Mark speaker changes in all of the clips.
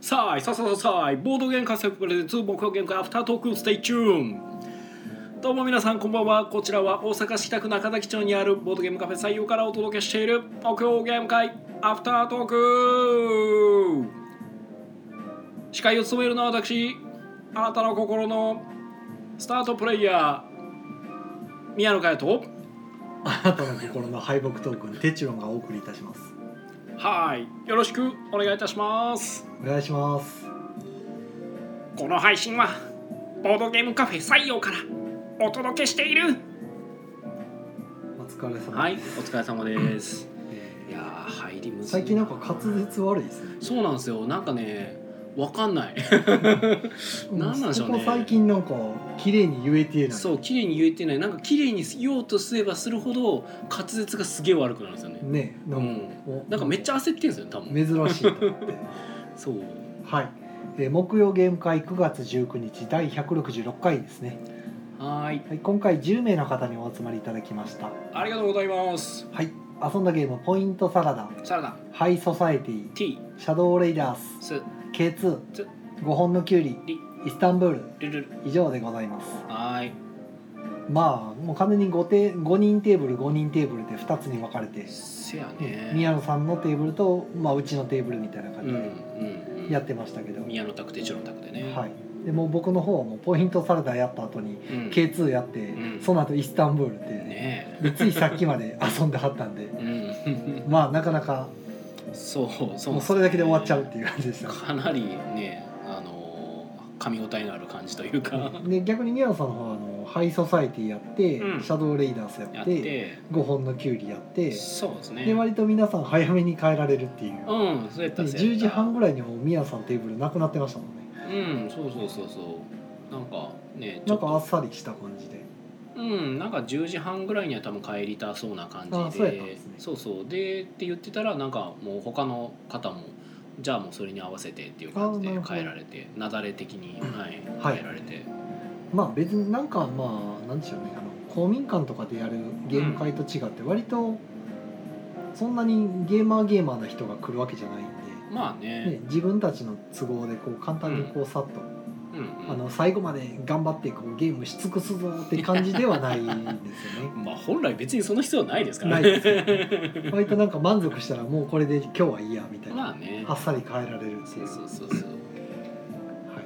Speaker 1: さあいさあさあさあいボードゲームカセットプレゼンツ目標限界アフタートークステイチューンどうも皆さんこんばんはこちらは大阪市北区中崎町にあるボードゲームカフェ採用からお届けしている目標ゲーム会アフタートーク司会を務めるのは私あなたの心のスタートプレイヤー宮野佳代と
Speaker 2: あなたの心の敗北トークンテチロンがお送りいたします
Speaker 1: はいよろしくお願いいたします
Speaker 2: お願いします
Speaker 1: この配信はボードゲームカフェ採用からお届けしている
Speaker 2: お疲れ様、
Speaker 1: はいお疲れ様です
Speaker 2: え
Speaker 1: いやー入りむ
Speaker 2: ー
Speaker 1: ずい
Speaker 2: 最近なんか滑舌悪いですね
Speaker 1: そうなんですよなんかねわかんないなんなんでしょうね
Speaker 2: ここ最近なんか綺麗に言えてない
Speaker 1: そう綺麗に言えてないなんか綺麗に言おうとすればするほど滑舌がすげえ悪くなるんですよね
Speaker 2: ねな
Speaker 1: うん
Speaker 2: か、
Speaker 1: ん
Speaker 2: お
Speaker 1: なんかめっちゃ焦ってんですよね多分
Speaker 2: 珍しいと思って
Speaker 1: そう
Speaker 2: はい、えー木曜ゲーム会9月19日第166回ですね、
Speaker 1: はーい
Speaker 2: はい、今回10名の方にお集まりいただきました
Speaker 1: ありがとうございます
Speaker 2: はい遊んだゲームポイントサラダ
Speaker 1: サラダ
Speaker 2: ハイソサエティ
Speaker 1: T
Speaker 2: シャドウレイダース
Speaker 1: ス
Speaker 2: K25
Speaker 1: つ
Speaker 2: 本のキュウリ
Speaker 1: リ
Speaker 2: イスタンブー
Speaker 1: ル
Speaker 2: ル
Speaker 1: ルル
Speaker 2: 以上でございます
Speaker 1: はーい
Speaker 2: まあもう完全に 5, て5人テーブル5人テーブルで2つに分かれて、
Speaker 1: せや
Speaker 2: ね
Speaker 1: ね
Speaker 2: 宮野さんのテーブルと、まあ、うちのテーブルみたいな
Speaker 1: う
Speaker 2: 感
Speaker 1: んう
Speaker 2: じ
Speaker 1: ん
Speaker 2: で
Speaker 1: うん
Speaker 2: やってましたけど、
Speaker 1: 宮野拓手帳の拓でね
Speaker 2: はいでもう僕の方はもうポイントサラダやった後に
Speaker 1: うん
Speaker 2: K2 やって、
Speaker 1: うん
Speaker 2: その後イスタンブールっていうね
Speaker 1: ね
Speaker 2: でついさっきまで遊んではったんで
Speaker 1: え、うん、
Speaker 2: まあなかなか
Speaker 1: そうそうなんですよ
Speaker 2: も
Speaker 1: ね
Speaker 2: うそれだけで終わっちゃうっていう感じでした、
Speaker 1: かなりねあのー噛み応えのある感じというか
Speaker 2: で逆に宮野さんの方はあのハイソサエティやって、
Speaker 1: うん
Speaker 2: シャドウレイダースや
Speaker 1: や
Speaker 2: っ
Speaker 1: ってて
Speaker 2: 5本のキュウリやって
Speaker 1: そうですね
Speaker 2: で割と皆さん早めに帰られるっていう、
Speaker 1: うんそうやった
Speaker 2: ね、
Speaker 1: そうや
Speaker 2: 10
Speaker 1: った
Speaker 2: 時半ぐらいにはもう宮さんテーブルなくなってましたもん
Speaker 1: う
Speaker 2: ね
Speaker 1: んそうそうそうそうなんかねち
Speaker 2: な
Speaker 1: ょ
Speaker 2: ん
Speaker 1: っと
Speaker 2: かあっさりした感じで
Speaker 1: うんなんか10時半ぐらいには多分帰りたそうな感じで
Speaker 2: あそうやったんですね
Speaker 1: そうそうでって言ってたらなんかもう他の方もじゃあもうそれに合わせてっていう感じ
Speaker 2: あな
Speaker 1: で
Speaker 2: るほど
Speaker 1: 帰られてなだれ的に、はい
Speaker 2: はい
Speaker 1: 帰られて
Speaker 2: まあ別になんかまあなんでしょうねあの公民館とかでやるゲーム会と違って割とそんなにゲーマーゲーマーな人が来るわけじゃないん
Speaker 1: まあ
Speaker 2: で、ね
Speaker 1: ね、
Speaker 2: 自分たちの都合でこう簡単にこうさっと、
Speaker 1: うんうん、
Speaker 2: あの最後まで頑張ってこうゲームし尽くすぞって感じではないんですよね
Speaker 1: まあ本来別にその必要はないですから
Speaker 2: ない
Speaker 1: ね。
Speaker 2: ですよね割となんか満足したらもうこれで今日はいいやみたいな、
Speaker 1: まあね。
Speaker 2: あっさり帰られるって
Speaker 1: そ
Speaker 2: いうう
Speaker 1: そうそうそう。
Speaker 2: は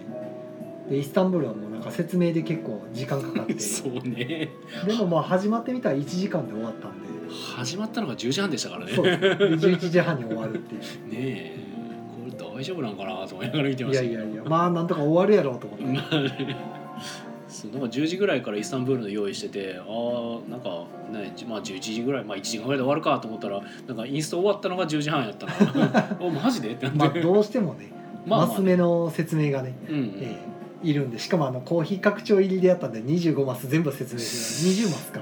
Speaker 2: い、でイスタンブールはもうなんか説明で結構時間かかっ て
Speaker 1: そうね。
Speaker 2: でもまあ始まってみたら1時間で終わったんで
Speaker 1: 始まったのが10時半でしたからね。
Speaker 2: そう
Speaker 1: ね
Speaker 2: ですねで11時半に終わるっていう
Speaker 1: え、これ大丈夫なんかなと思いながら見てま
Speaker 2: い
Speaker 1: し
Speaker 2: や
Speaker 1: たけ
Speaker 2: い
Speaker 1: ど。
Speaker 2: やいやまあなんとか終わるやろうと思って
Speaker 1: まあねそうなんか10時ぐらいからイスタンブールの用意しててああなんか、ねじまあ、11時ぐらい、まあ、1時間ぐらいで終わるかと思ったらなんかインスト終わったのが10時半やった なおマジでってなって
Speaker 2: まあどうしてもね
Speaker 1: まあ
Speaker 2: マス目の説明がね、
Speaker 1: うんうん
Speaker 2: ええいるんでしかもあのコーヒー拡張入りでやったんで25マス全部説明す る20マスか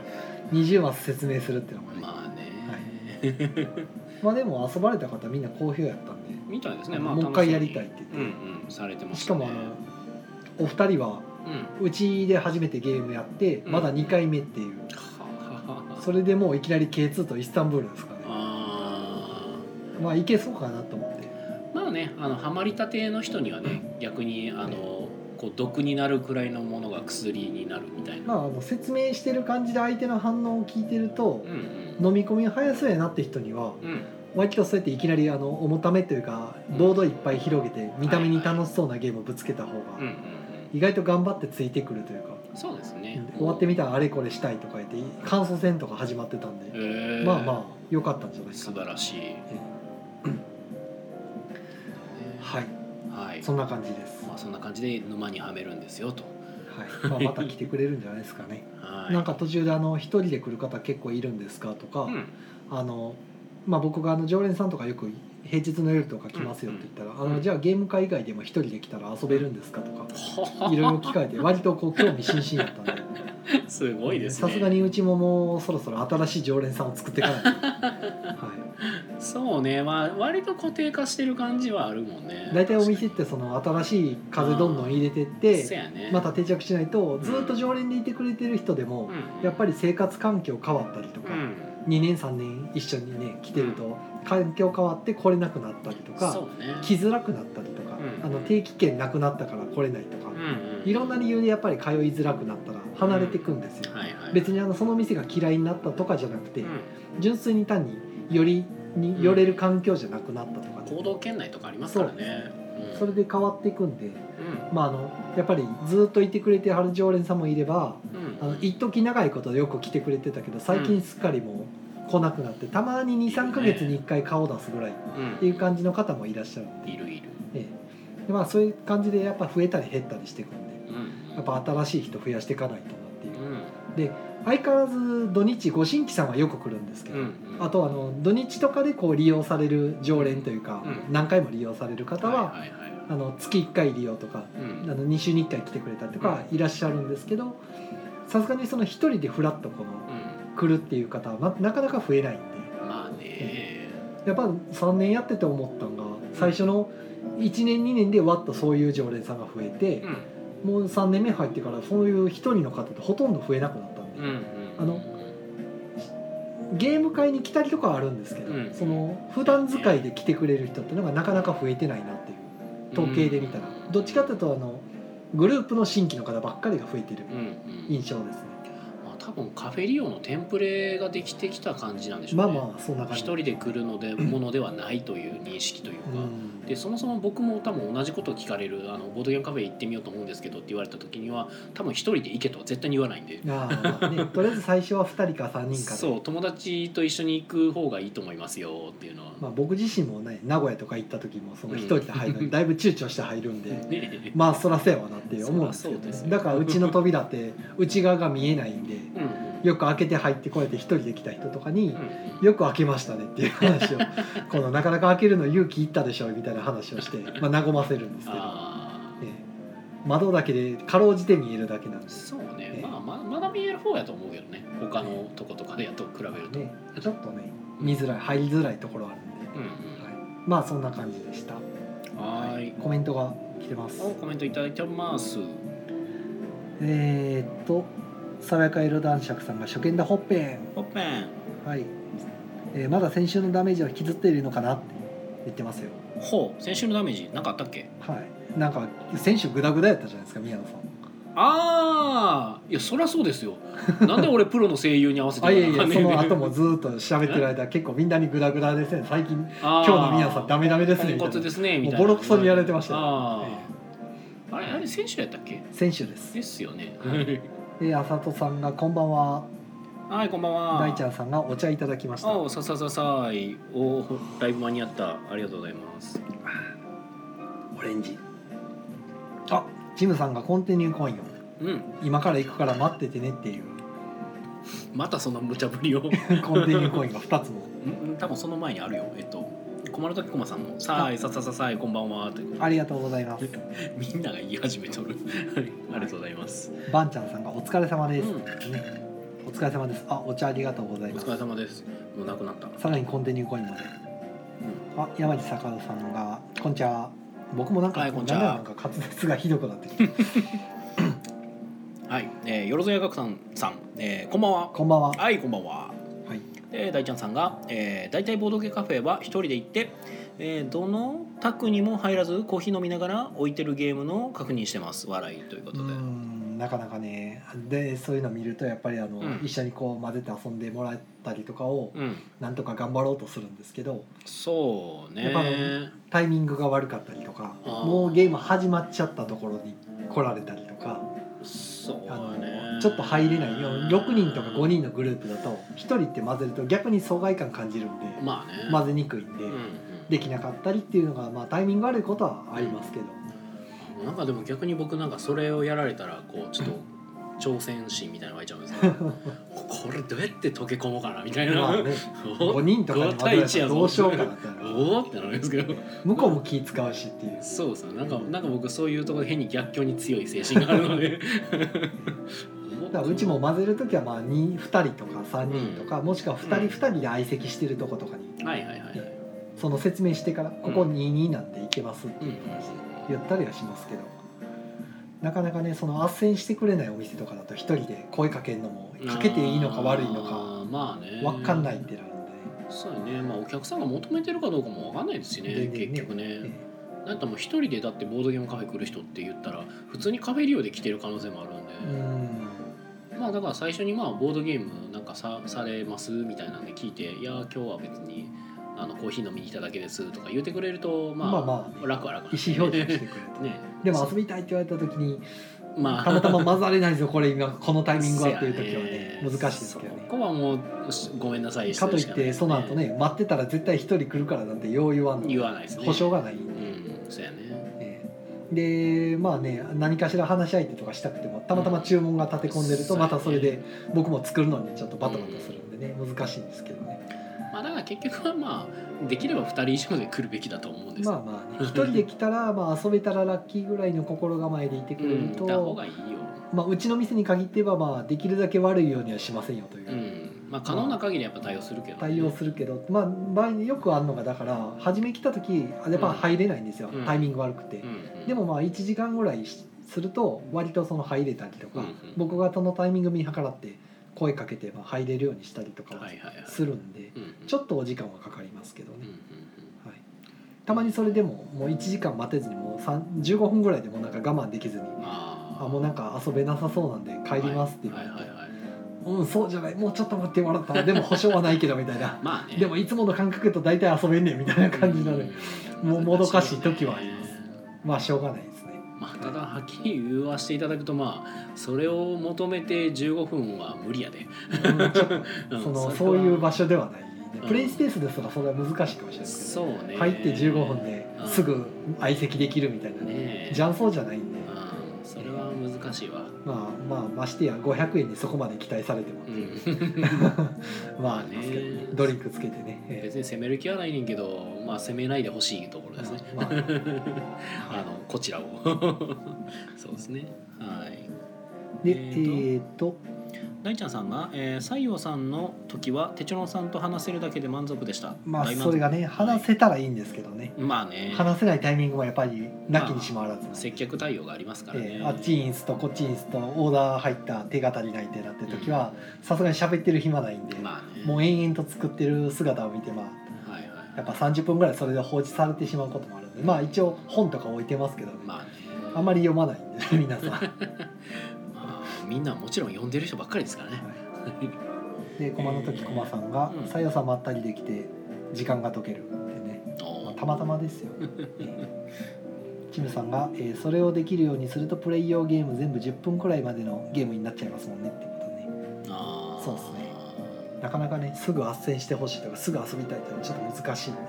Speaker 2: 20マス説明するっていうのがね、まあ、
Speaker 1: まあね、
Speaker 2: はでも遊ばれた方みんな好評やったんで、
Speaker 1: みたいですね、まあ、
Speaker 2: もう一回やりたいって言っ
Speaker 1: う
Speaker 2: て、
Speaker 1: んうんされてま
Speaker 2: し
Speaker 1: した
Speaker 2: か
Speaker 1: ね
Speaker 2: もあのお二人は
Speaker 1: うん
Speaker 2: うちで初めてゲームやって
Speaker 1: うん
Speaker 2: まだ2回目っていう、それでもういきなり K2 とイスタンブールですかね
Speaker 1: あ
Speaker 2: まあいけそうかなと思って
Speaker 1: ーまあねあのハマりたての人にはね逆にあのこう毒になるくらいのものが薬になるみたいな、
Speaker 2: まああの説明してる感じで相手の反応を聞いてると
Speaker 1: うんうん
Speaker 2: 飲み込み早そうやなって人には
Speaker 1: うん
Speaker 2: 割とそうやっていきなりあの重ためというか
Speaker 1: うん
Speaker 2: ボードいっぱい広げて見た目に楽しそうなゲームをぶつけた方が
Speaker 1: うんうん
Speaker 2: 意外と頑張ってついてくるというか
Speaker 1: うんそうですね
Speaker 2: 終わってみたらあれこれしたいとか言って感想戦とか始まってたん
Speaker 1: え
Speaker 2: で
Speaker 1: ー
Speaker 2: まあまあ良かったんじゃないか
Speaker 1: 素
Speaker 2: な
Speaker 1: 晴らしい、
Speaker 2: はい
Speaker 1: はい
Speaker 2: そんな感じです
Speaker 1: まあ、そんな感じで沼にはめるんですよと
Speaker 2: はい、まあ、また来てくれるんじゃないですかね。
Speaker 1: はい
Speaker 2: なんか途中であの一人で来る方結構いるんですかとか、
Speaker 1: うん
Speaker 2: あのまあ僕があの常連さんとかよく平日の夜とか来ますよって言ったら、あのじゃあゲーム会以外でも一人で来たら遊べるんですかとか、いろいろ聞かれて割とこう興味津々やったんで。
Speaker 1: すごいです
Speaker 2: さ
Speaker 1: ね
Speaker 2: すがにうちももうそろそろ新しい常連さんを作っていか ないと、は
Speaker 1: そうねまあ割と固定化してる感じはあるもんね
Speaker 2: い、大体お店ってその新しい風どんどん入れてっ
Speaker 1: そう
Speaker 2: て
Speaker 1: やね
Speaker 2: また定着しないとずっと常連でいてくれてる人でも、やっぱ
Speaker 1: り
Speaker 2: り生活環境変わったりとか、
Speaker 1: うん
Speaker 2: 2年3年一緒にね来てると環境変わって来れなくなったりとか
Speaker 1: そうね
Speaker 2: 来づらくなったりとか
Speaker 1: うん
Speaker 2: あの定期券なくなったから来れないとか
Speaker 1: う、んうん
Speaker 2: いろんな理由でやっぱり通いづらくなったら離れてくんですよ、
Speaker 1: はいはい
Speaker 2: 別にあのその店が嫌いになったとかじゃなくて、
Speaker 1: うん
Speaker 2: 純粋に単によりに寄れる環境じゃなくなったとかね、
Speaker 1: 行動圏内とかありますからね
Speaker 2: それで変わっていくんで、
Speaker 1: うん
Speaker 2: まあ、あのやっぱりずっといてくれてはる常連さんもいれば
Speaker 1: うん
Speaker 2: あの一時長いことよく来てくれてたけど最近すっかりもう来なくなってたまに23ヶ月に1回顔出すぐらいっ
Speaker 1: うん
Speaker 2: ていう感じの方もいらっしゃるんで,、
Speaker 1: いるいる
Speaker 2: ええでまあ、そういう感じでやっぱ増えたり減ったりしていくんで
Speaker 1: うん
Speaker 2: やっぱ新しい人増やしていかないとなっていううん相変わらず土日ご新規さんはよく来るんですけど、
Speaker 1: うん
Speaker 2: あとあの土日とかでこう利用される常連というか、
Speaker 1: うん
Speaker 2: 何回も利用される方は、
Speaker 1: いはいはい
Speaker 2: あの月1回利用とか
Speaker 1: うん
Speaker 2: あの2週に1回来てくれたとかいらっしゃるんですけどさすがにその1人でフラッとこの
Speaker 1: う
Speaker 2: 来るっていう方は、ま、なかなか増えないんで
Speaker 1: んまあね
Speaker 2: やっぱ3年やってて思ったんが最初の1年2年でわっとそういう常連さんが増えて
Speaker 1: うん
Speaker 2: もう3年目入ってからそういう1人の方ってほとんど増えなくなったんで、
Speaker 1: うんうん
Speaker 2: あのゲーム会に来たりとかはあるんですけど、
Speaker 1: うん
Speaker 2: その普段使いで来てくれる人っていうのがなかなか増えてないなっていう統計で見たら、
Speaker 1: うん
Speaker 2: どっちかっていうとあのグループの新規の方ばっかりが増えてる
Speaker 1: うんうん
Speaker 2: 印象ですね、
Speaker 1: まあ多分カフェ利用のテンプレができてきた感じなんでしょ
Speaker 2: ま
Speaker 1: う
Speaker 2: あ
Speaker 1: ね
Speaker 2: まあそんな感
Speaker 1: 一
Speaker 2: じ
Speaker 1: 人で来るの でものではないという認識という
Speaker 2: う
Speaker 1: か
Speaker 2: ん
Speaker 1: でそもそも僕も多分同じことを聞かれるあのボードゲームカフェ行ってみようと思うんですけどって言われた時には多分一人で行けとは絶対に言わないんで
Speaker 2: あーまあね、とりあえず最初は2人か3人かで
Speaker 1: そう友達と一緒に行く方がいいと思いますよっていうのは、
Speaker 2: まあ、僕自身もね名古屋とか行った時もその1人で入る のにだいぶ躊躇して入るんで、
Speaker 1: ね
Speaker 2: まあそらせやわなって思うんですけ
Speaker 1: そらそうです
Speaker 2: ど
Speaker 1: よ
Speaker 2: だからうちの扉って内側が見えないんで
Speaker 1: うんうん
Speaker 2: よく開けて入ってこうやって1人で来た人とかに
Speaker 1: うん
Speaker 2: 「よく開けましたね」っていう話 をこのなかなか開けるの勇気いったでしょみたいな話をして、まあ、和ませるんですけど、
Speaker 1: あ
Speaker 2: ええ窓だけでかろうじて見えるだけなん
Speaker 1: ー
Speaker 2: です
Speaker 1: そうね
Speaker 2: ね
Speaker 1: まあままだ見える方やと思うけどね他のとことかでやっと比べる
Speaker 2: け
Speaker 1: と、
Speaker 2: どねちょっとね見づらい入りづらいところあるんで、
Speaker 1: うん
Speaker 2: はい、まあそんな感じでした
Speaker 1: うんはーい
Speaker 2: コメントが来てます
Speaker 1: おコメントいただいてます
Speaker 2: えー、っと爽やか色男爵さんが初見だほっぺ
Speaker 1: オッペン
Speaker 2: んはい、えーまだ先週のダメージは引きずっているのかなって言ってますよ
Speaker 1: ほう先週のダメージ何かあったっけ
Speaker 2: はいなんか先週グダグダやったじゃないですか宮野さん
Speaker 1: ああいやそりゃそうです よなんで俺プロの声優に合わせて
Speaker 2: あいやい
Speaker 1: か
Speaker 2: や
Speaker 1: ん
Speaker 2: その
Speaker 1: ねん
Speaker 2: 後もずーっと喋ってる間結構みんなにグダグダですね最近
Speaker 1: あ
Speaker 2: 今
Speaker 1: ー
Speaker 2: 日の皆さんダメダメですねみ
Speaker 1: ポ
Speaker 2: た
Speaker 1: ンコツ
Speaker 2: い
Speaker 1: で
Speaker 2: な
Speaker 1: すねみたいな
Speaker 2: もうボロクソにやられてましたよ
Speaker 1: あー
Speaker 2: え
Speaker 1: あれあれ選手やったっけ
Speaker 2: 先週です
Speaker 1: ですよね
Speaker 2: はであさとさんがこんばんは
Speaker 1: はいこんばんは
Speaker 2: 大ちゃんさんがお茶いただきました
Speaker 1: おうささささいおうライブ間に合ったありがとうございます
Speaker 2: オレンジあジムさんがコンティニューコインを
Speaker 1: うん
Speaker 2: 今から行くから待っててねっていう
Speaker 1: またその無茶ぶり を
Speaker 2: コンティニューコインが2つも
Speaker 1: うん多分その前にあるよえっと駒の時駒さんも「さあいささささいこんばんは」って
Speaker 2: ありがとうございます
Speaker 1: みんなが言い始めとるはいありがとうございます
Speaker 2: バンちゃんさんがお疲れ様です、
Speaker 1: うん
Speaker 2: ねお疲れ様ですあお茶ありがとうござい
Speaker 1: お
Speaker 2: ます
Speaker 1: 疲れ様ですもうなくなった
Speaker 2: さらにコンティニューコインまで、あ山地坂田さんが「こんちは」僕もなんか、
Speaker 1: はいこんちは
Speaker 2: だだなんか滑舌がひどくなってきて
Speaker 1: はい、えー、よろずや学さんさん、えー、こんばんは
Speaker 2: こんばんは、は、
Speaker 1: はいこんばんはいで大ちゃんさんが、えー「大体ボードゲームカフェは一人で行って、えーどの宅にも入らずコーヒー飲みながら置いてるゲームの確認してます笑い」というこ
Speaker 2: う
Speaker 1: とで。
Speaker 2: んなかなかねでそういうの見るとやっぱりあの、
Speaker 1: うん
Speaker 2: 一緒にこう混ぜて遊んでもらったりとかを
Speaker 1: うん、
Speaker 2: なんとか頑張ろうとするんですけど
Speaker 1: そうね
Speaker 2: やっぱあのタイミングが悪かったりとか
Speaker 1: あー
Speaker 2: もうゲーム始まっちゃったところに来られたりとかあ
Speaker 1: そ
Speaker 2: の
Speaker 1: うね
Speaker 2: ちょっと入れないよ6人とか5人のグループだと1人って混ぜると逆に疎外感感じるんで
Speaker 1: まあね
Speaker 2: 混ぜにくいんで。
Speaker 1: うん
Speaker 2: できなかったりっていうのが、まあ、タイミング悪いことはありますけど、
Speaker 1: うん、なんかでも逆に僕なんかそれをやられたらこうちょっと挑戦心みたいなのが湧いちゃうん ですけどこれどうやって溶け込もうかなみたいな、
Speaker 2: まあね
Speaker 1: お
Speaker 2: 5人とかに混ぜられたらどうしようかなってなる
Speaker 1: おおってなるんですけど
Speaker 2: 向こうも気使うしっていう
Speaker 1: そうですねなんかなんか僕そういうところ変に逆境に強い精神があるので
Speaker 2: だからうちも混ぜる時はまあ 2, 二人とか3人とか、もしくは2人
Speaker 1: うん
Speaker 2: 2人で相席してるとことかに
Speaker 1: はいはいはいはい
Speaker 2: その説明してから「ここ22なんでいけます」って
Speaker 1: うん
Speaker 2: いう話で言ったりはしますけどなかなかねその斡旋してくれないお店とかだと1人で声かけるのもかけていいのか悪いのか
Speaker 1: あーまあね
Speaker 2: 分かんないってなるんで。
Speaker 1: そうやねまあお客さんが求めてるかどうかもわかんないですしね
Speaker 2: 全然ね
Speaker 1: 結局ね
Speaker 2: ええ
Speaker 1: だってもう一人でだってボードゲームカフェ来る人って言ったら普通にカフェ利用で来てる可能性もあるんで、
Speaker 2: うん
Speaker 1: まあだから最初にまあボードゲームなんかさされますみたいなんで聞いて「いやー今日は別にあのコーヒー飲みに来ただけです」とか言ってくれるとまあ、
Speaker 2: まあまあ
Speaker 1: 楽は楽なん
Speaker 2: 意
Speaker 1: で
Speaker 2: 思表 示をしてくれて
Speaker 1: ね
Speaker 2: でも遊びたいって言われた時に
Speaker 1: まあ
Speaker 2: たまたま混ざれないぞこれ今このタイミングはっていう時は
Speaker 1: せ
Speaker 2: ね
Speaker 1: やね
Speaker 2: 難しいですけどね
Speaker 1: そこはもうしごめんなさい
Speaker 2: かといってその後
Speaker 1: ね
Speaker 2: ね待ってたら絶対一人来るからなんてよう言わんの
Speaker 1: 言わないですね
Speaker 2: 保証がない、
Speaker 1: うんそうやね
Speaker 2: ええでまあね何かしら話し合い手とかしたくてもたまたま注文が立て込んでると
Speaker 1: うん
Speaker 2: またそれで僕も作るのにちょっとバタバタするんでね難しいんですけどね
Speaker 1: まあだから結局はまあできれば2人以上で来るべきだと思うんです
Speaker 2: まあ
Speaker 1: よ、
Speaker 2: まあね一人で来たらまあ遊べたらラッキーぐらいの心構えでいて
Speaker 1: う
Speaker 2: くれる
Speaker 1: ん、い
Speaker 2: と、
Speaker 1: た方がいいよ、
Speaker 2: まあ、うちの店に限って言えばまあできるだけ悪いようにはしませんよというう、
Speaker 1: ん、まあ可能な限りやっぱ対応するけど、ね、
Speaker 2: 対応するけど、まあ、場合によくあるのがだから初め来た時あやっぱ入れないんですよ、
Speaker 1: うん
Speaker 2: タイミング悪くて
Speaker 1: う、ん、うん、
Speaker 2: でもまあ1時間ぐらいしすると割とその入れたりとか、
Speaker 1: うんうん
Speaker 2: 僕がそのタイミング見計らって声かけてまあ入れるようにしたりとかは
Speaker 1: はいはいはい
Speaker 2: するんで、
Speaker 1: うんうん
Speaker 2: ちょっとお時間はかかりますけど
Speaker 1: うん
Speaker 2: ね、
Speaker 1: うん
Speaker 2: はい、たまにそれでももう1時間待てずにもう3 15分ぐらいでもうなんか我慢できずに。
Speaker 1: うんあ
Speaker 2: あもうなんか遊べなさそうなんで帰りますって言わ
Speaker 1: は
Speaker 2: れ
Speaker 1: い
Speaker 2: て、
Speaker 1: はいはいはい
Speaker 2: うんそうじゃないもうちょっと待って笑ったでも保証はないけどみたいな
Speaker 1: まあね
Speaker 2: でもいつもの感覚と大体遊べんねんみたいな感じになる、
Speaker 1: うん
Speaker 2: ももどかしい時はありますまあしょうがないですね
Speaker 1: まあ、ただはっきり言わせていただくとまあそれを求めて15分は無理やで、
Speaker 2: うんちょっとね
Speaker 1: うん
Speaker 2: そ
Speaker 1: れ
Speaker 2: の
Speaker 1: は
Speaker 2: そういう場所ではないね
Speaker 1: うん
Speaker 2: プレイスペースですらそれは難しいかもしれないです
Speaker 1: そう
Speaker 2: け
Speaker 1: ね
Speaker 2: ど入って15分ですぐ相席できるみたいなね
Speaker 1: ねえ
Speaker 2: 雀荘じゃないんで
Speaker 1: うんそれは難しいわ
Speaker 2: まあまあましてや500円にそこまで期待されても
Speaker 1: う
Speaker 2: まあありますけどね
Speaker 1: ねえ
Speaker 2: ドリンクつけてねええ
Speaker 1: 別に責める気はないねんけどまあ責めないでほしいところですね、
Speaker 2: まあま
Speaker 1: あのこちらを そうですねはい
Speaker 2: あでえ
Speaker 1: えー
Speaker 2: ーっと
Speaker 1: 大ちゃんさんが、えー、西洋さんの時は手帳さんと話せるだけで満足でした
Speaker 2: まあ
Speaker 1: 大満
Speaker 2: そ
Speaker 1: 足
Speaker 2: れがね話せたらいいんですけどね
Speaker 1: まあね
Speaker 2: 話せないタイミングもやっぱりなきにしもあらずなんで
Speaker 1: 接客対応がありますからね、
Speaker 2: えーあっちインスとこっちインスとオーダー入った手が足りないってなってる時はさすがに喋ってる暇ないんで、
Speaker 1: まあね
Speaker 2: もう延々と作ってる姿を見てまあ
Speaker 1: はいはいはい
Speaker 2: やっぱ30分ぐらいそれで放置されてしまうこともあるんでまあ一応本とか置いてますけどね、
Speaker 1: まあね
Speaker 2: あんまり読まないんで ね皆さん、はい
Speaker 1: まあみんなもちろん呼んでる人ばっかりですからね、
Speaker 2: で駒の時駒さんが
Speaker 1: うん
Speaker 2: 「さよさんまったりできて時間が解ける」ってねま
Speaker 1: お
Speaker 2: あ
Speaker 1: ー
Speaker 2: たまたまで すよ。キムさんが、えーそれをできるようにするとプレイ用ゲーム全部10分くらいまでのゲームになっちゃいますもんねってことね
Speaker 1: あー
Speaker 2: そうっすねなかなかねすぐ斡旋してほしいとかすぐ遊びたいってのはちょっと難しいんで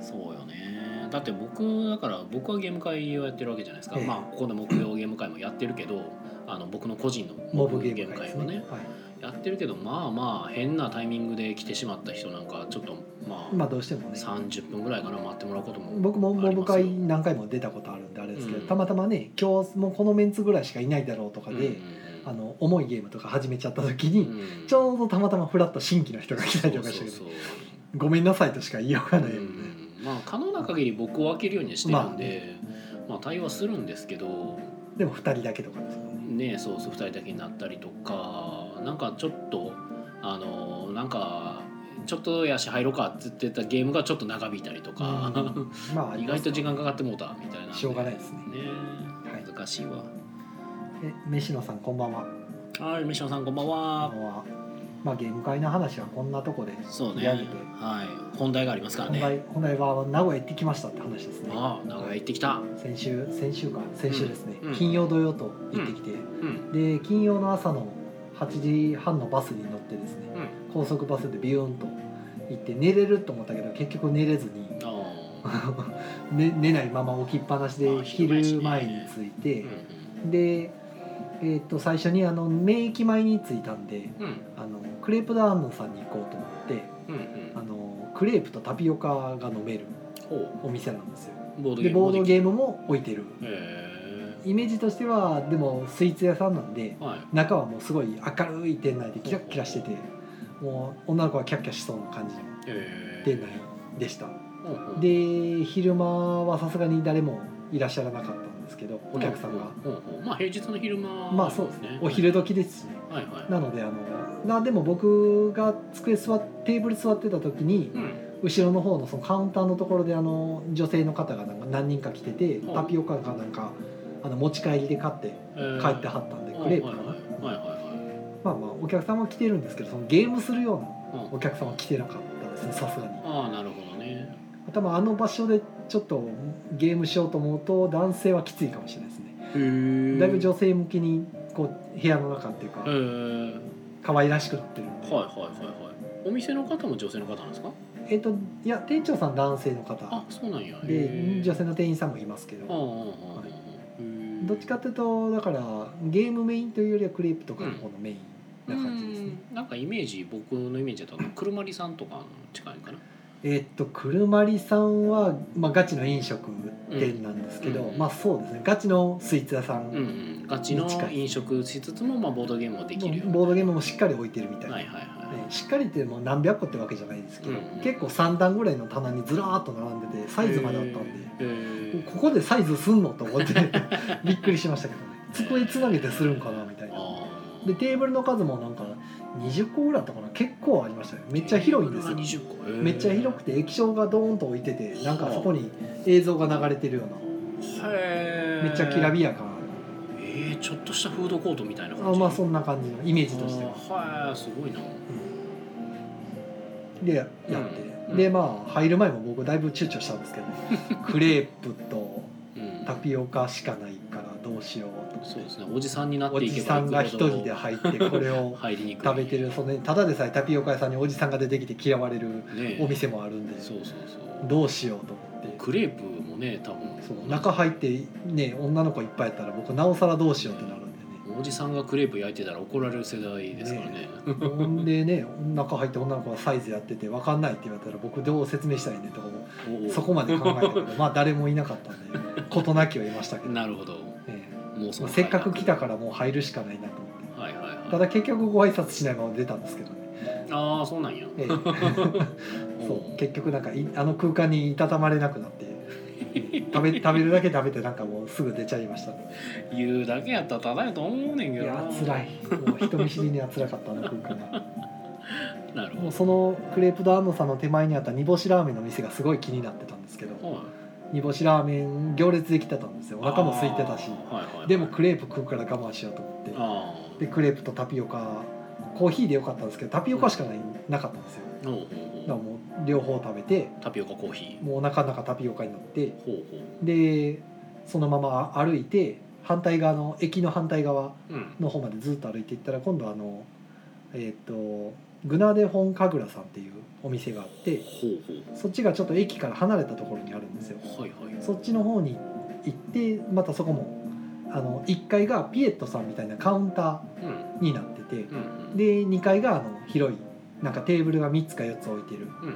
Speaker 1: そうよねだって僕だから僕はゲーム会をやってるわけじゃないですか、
Speaker 2: ええ
Speaker 1: まあここで木曜ゲーム会もやってるけどあの僕の個人の
Speaker 2: モブゲーム会です
Speaker 1: モ
Speaker 2: ね
Speaker 1: ブゲーム
Speaker 2: は
Speaker 1: やってるけどまあまあ変なタイミングで来てしまった人なんかちょっとま
Speaker 2: い、
Speaker 1: あ、
Speaker 2: まあどうしてもね
Speaker 1: 30分ぐらいかな待ってもらうことも
Speaker 2: 僕もモブ
Speaker 1: あ
Speaker 2: 会
Speaker 1: りますよ
Speaker 2: 何回も出たことあるんであれですけど、
Speaker 1: うん
Speaker 2: たまたまね今日もうこのメンツぐらいしかいないだろうとかで、あの重いゲームとか始めちゃった時に、ち
Speaker 1: っ
Speaker 2: ょうどたまたまフラッと新規の人が来たりとかして、ごめんなさいとしか言いようがないので、
Speaker 1: うんまあ可能な限り僕を開けるようにはしてるんで、まあ、対応はするんですけど
Speaker 2: でも2人だけとかですもんね
Speaker 1: ねそうそう2人だけになったりとかなんかちょっとあのなんかちょっとやし入ろうかって言ってたゲームがちょっと長引いたりとか、
Speaker 2: うんまああり
Speaker 1: 意
Speaker 2: ま
Speaker 1: 外
Speaker 2: す
Speaker 1: と時間かかってもうたみたいなんで
Speaker 2: しょうがないですね
Speaker 1: ね
Speaker 2: はい
Speaker 1: 難しいわ
Speaker 2: え飯野さんこんばんは
Speaker 1: はい飯野さんこんばん
Speaker 2: あ
Speaker 1: は
Speaker 2: のまあゲーム会の話はこんなとこで
Speaker 1: そう
Speaker 2: 取
Speaker 1: ね
Speaker 2: り上げて、
Speaker 1: はい本題がありますから
Speaker 2: 本
Speaker 1: ね
Speaker 2: 題本題は名古屋行ってきましたって話ですね
Speaker 1: ああ長屋行ってきた
Speaker 2: 先週先週か先週ですね、
Speaker 1: うん
Speaker 2: 金曜土曜と行ってきて、
Speaker 1: うん
Speaker 2: で金曜の朝の8時半のバスに乗ってですね
Speaker 1: うん
Speaker 2: 高速バスでビューンと行って寝れると思ったけど結局寝れずに、
Speaker 1: ああ
Speaker 2: 寝寝ないまま起きっぱなし
Speaker 1: まあ
Speaker 2: で
Speaker 1: 昼前やし
Speaker 2: 昼
Speaker 1: ね
Speaker 2: 前に着いて、
Speaker 1: う
Speaker 2: で、えー、と最初にあの名駅前に着いたんで
Speaker 1: んうん
Speaker 2: あのクレープダーンヌさんに行こうと思って
Speaker 1: うんうん
Speaker 2: あのクレープとタピオカが飲める
Speaker 1: ほ
Speaker 2: お店なんですよ
Speaker 1: うボードゲ
Speaker 2: で
Speaker 1: ーム
Speaker 2: ボードゲ
Speaker 1: ム
Speaker 2: ームも置いてる
Speaker 1: へ
Speaker 2: イメージとしてはでもスイーツ屋さんなんで
Speaker 1: えはい
Speaker 2: 中はもうすごい明るい店内でキラッキラしててもう女の子はキャッキャしそうな感じの
Speaker 1: へえ
Speaker 2: 店内でした
Speaker 1: うんうん
Speaker 2: で昼間はさすがに誰もいらっしゃらなかったんですけどお客さんが、
Speaker 1: うんうんうんうんまあ平日の昼間
Speaker 2: まあそうですねお昼時ですしね
Speaker 1: はいはい
Speaker 2: なのであのなでも僕が机座っテーブル座ってた時に
Speaker 1: うん
Speaker 2: 後ろの方のそのカウンターのところであの女性の方がなんか何人か来てて
Speaker 1: うん
Speaker 2: タピオカかなんかあの持ち帰りで買って
Speaker 1: えー
Speaker 2: 帰ってはったんでクレープかな
Speaker 1: はいはいはい
Speaker 2: まあまあお客様は来てるんですけどそのゲームするような
Speaker 1: はいはいうん
Speaker 2: お客様は来てなかったですねさすがに
Speaker 1: ああなるほどね
Speaker 2: 多分あの場所でちょっとゲームしようと思うと男性はきついかもしれないですねだ
Speaker 1: だ
Speaker 2: いぶ女性向きにこう部屋の中っていうか
Speaker 1: えー
Speaker 2: 可愛らしくなってるんで、
Speaker 1: はいはいはいはいお店の方も女性の方なんですか
Speaker 2: えっ、といや店長さん男性の方
Speaker 1: あそうなんや
Speaker 2: で女
Speaker 1: 性
Speaker 2: 性の店員さんもいますけ
Speaker 1: あああ
Speaker 2: ど
Speaker 1: あああへー
Speaker 2: どっちかっていうとだからゲームメインというよりはクレープとかの方のメインな感じですね、
Speaker 1: うんなんかイメージ僕のイメージだと車りさんとかの近いかな
Speaker 2: えっ、とくるまりさんは、まあ、ガチの飲食店なんですけど、
Speaker 1: うん
Speaker 2: まあそうですねガチのスイーツ屋さん、
Speaker 1: うんうんガチの飲食しつつもまあボードゲームもできるよ
Speaker 2: ボードゲームもしっかり置いてるみたいな、
Speaker 1: はいはいはい
Speaker 2: ねしっかりってもう何百個ってわけじゃないですけど、
Speaker 1: うん
Speaker 2: 結構3段ぐらいの棚にずらーっと並んでてサイズまであったんで、
Speaker 1: へー
Speaker 2: ここでサイズすんのと思って びっくりしましたけどね机つなげてするんかなみたいな
Speaker 1: あー
Speaker 2: でテーブルの数もなんか20個ぐらいあったかな結構ありましたねめっちゃ広いん
Speaker 1: テーブルが
Speaker 2: ですよ
Speaker 1: 20個へー
Speaker 2: めっちゃ広くて液晶がドーンと置いててなんかそこに映像が流れてるよう
Speaker 1: へ
Speaker 2: な
Speaker 1: ー
Speaker 2: めっちゃきらびやか
Speaker 1: えーちょっとしたフードコートみたいな
Speaker 2: な
Speaker 1: 感
Speaker 2: あ
Speaker 1: じ
Speaker 2: まあそんな感じのイメージとしては
Speaker 1: あーはいすごいな
Speaker 2: でやって、
Speaker 1: うん
Speaker 2: でまあ入る前も僕だいぶ躊躇したんですけど クレープと
Speaker 1: うん
Speaker 2: タピオカしかないからどうしようと
Speaker 1: そうですねおじさんになっ
Speaker 2: お
Speaker 1: ていけ
Speaker 2: じ
Speaker 1: ば
Speaker 2: さ
Speaker 1: い
Speaker 2: ん
Speaker 1: く
Speaker 2: が
Speaker 1: ほ
Speaker 2: 一
Speaker 1: ど
Speaker 2: 人で入ってこれを
Speaker 1: 入りにくい
Speaker 2: 食べてるそのただでさえタピオカ屋さんにおじさんが出てきて嫌われる
Speaker 1: ねえ
Speaker 2: お店もあるんで
Speaker 1: そうそうそう
Speaker 2: どうしようと思って
Speaker 1: クレープもね多分
Speaker 2: そう中入ってね女の子いっぱいやったら僕なおさらどうしようってなるん
Speaker 1: おじさんがクレープ焼いてたら怒られる世代ですからね
Speaker 2: ねで ねほんでね中入って女の子がサイズやってて分かんないって言われたら僕どう説明したらいいねとかも
Speaker 1: おお
Speaker 2: そこまで考えたけどまあ誰もいなかったんで 事なきを得ましたけど、
Speaker 1: なるほど
Speaker 2: ええ
Speaker 1: もうそ
Speaker 2: ま
Speaker 1: の
Speaker 2: あせっかく来た
Speaker 1: は
Speaker 2: からもう入るしかないなと思って
Speaker 1: いはいはい
Speaker 2: ただ結局ご挨拶しないまま出たんですけどね、
Speaker 1: ああそうなんや
Speaker 2: え えそう結局なんかいあの空間にいたたまれなくなって食 べ食べるだけ食べてなんかもうすぐ出ちゃいました、ね、
Speaker 1: お言うだけやったらただやと思うねん
Speaker 2: い
Speaker 1: けどな
Speaker 2: やー辛いもう人見知りには辛かったあの空間 が
Speaker 1: なる
Speaker 2: も
Speaker 1: ほ
Speaker 2: うそのクレープド安野さんの手前にあった煮干しラーメンの店がすごい気になってたんですけど
Speaker 1: どはい
Speaker 2: 煮干しラーメン行列できてたんですよお腹も空いてたし
Speaker 1: あーはいはいはい
Speaker 2: でもクレープ食うから我慢しようと思って
Speaker 1: あ
Speaker 2: でクレープとタピオカコーヒーでよかったんですけどタピオカしかないなかったんですよ
Speaker 1: あほうほ
Speaker 2: だ
Speaker 1: う
Speaker 2: から
Speaker 1: ほ
Speaker 2: もう両方食べて
Speaker 1: うタピオカコーヒ
Speaker 2: もうお腹の中タピオカになって
Speaker 1: ーほうほ
Speaker 2: でそのまま歩いて反対側の駅の反対側
Speaker 1: ううん
Speaker 2: の方までずっと歩いていったら今度あのえっ、とグナデホンカグラさんっていうお店があって
Speaker 1: ほうほう
Speaker 2: そっちがちょっと駅から離れたところにあるんですよ
Speaker 1: はいはい
Speaker 2: そっちの方に行ってまたそこもあの1階がピエットさんみたいなカウンタ
Speaker 1: うん
Speaker 2: ーになってて
Speaker 1: うん
Speaker 2: で2階があの広いなんかテーブルが3つか4つ置いてる
Speaker 1: うん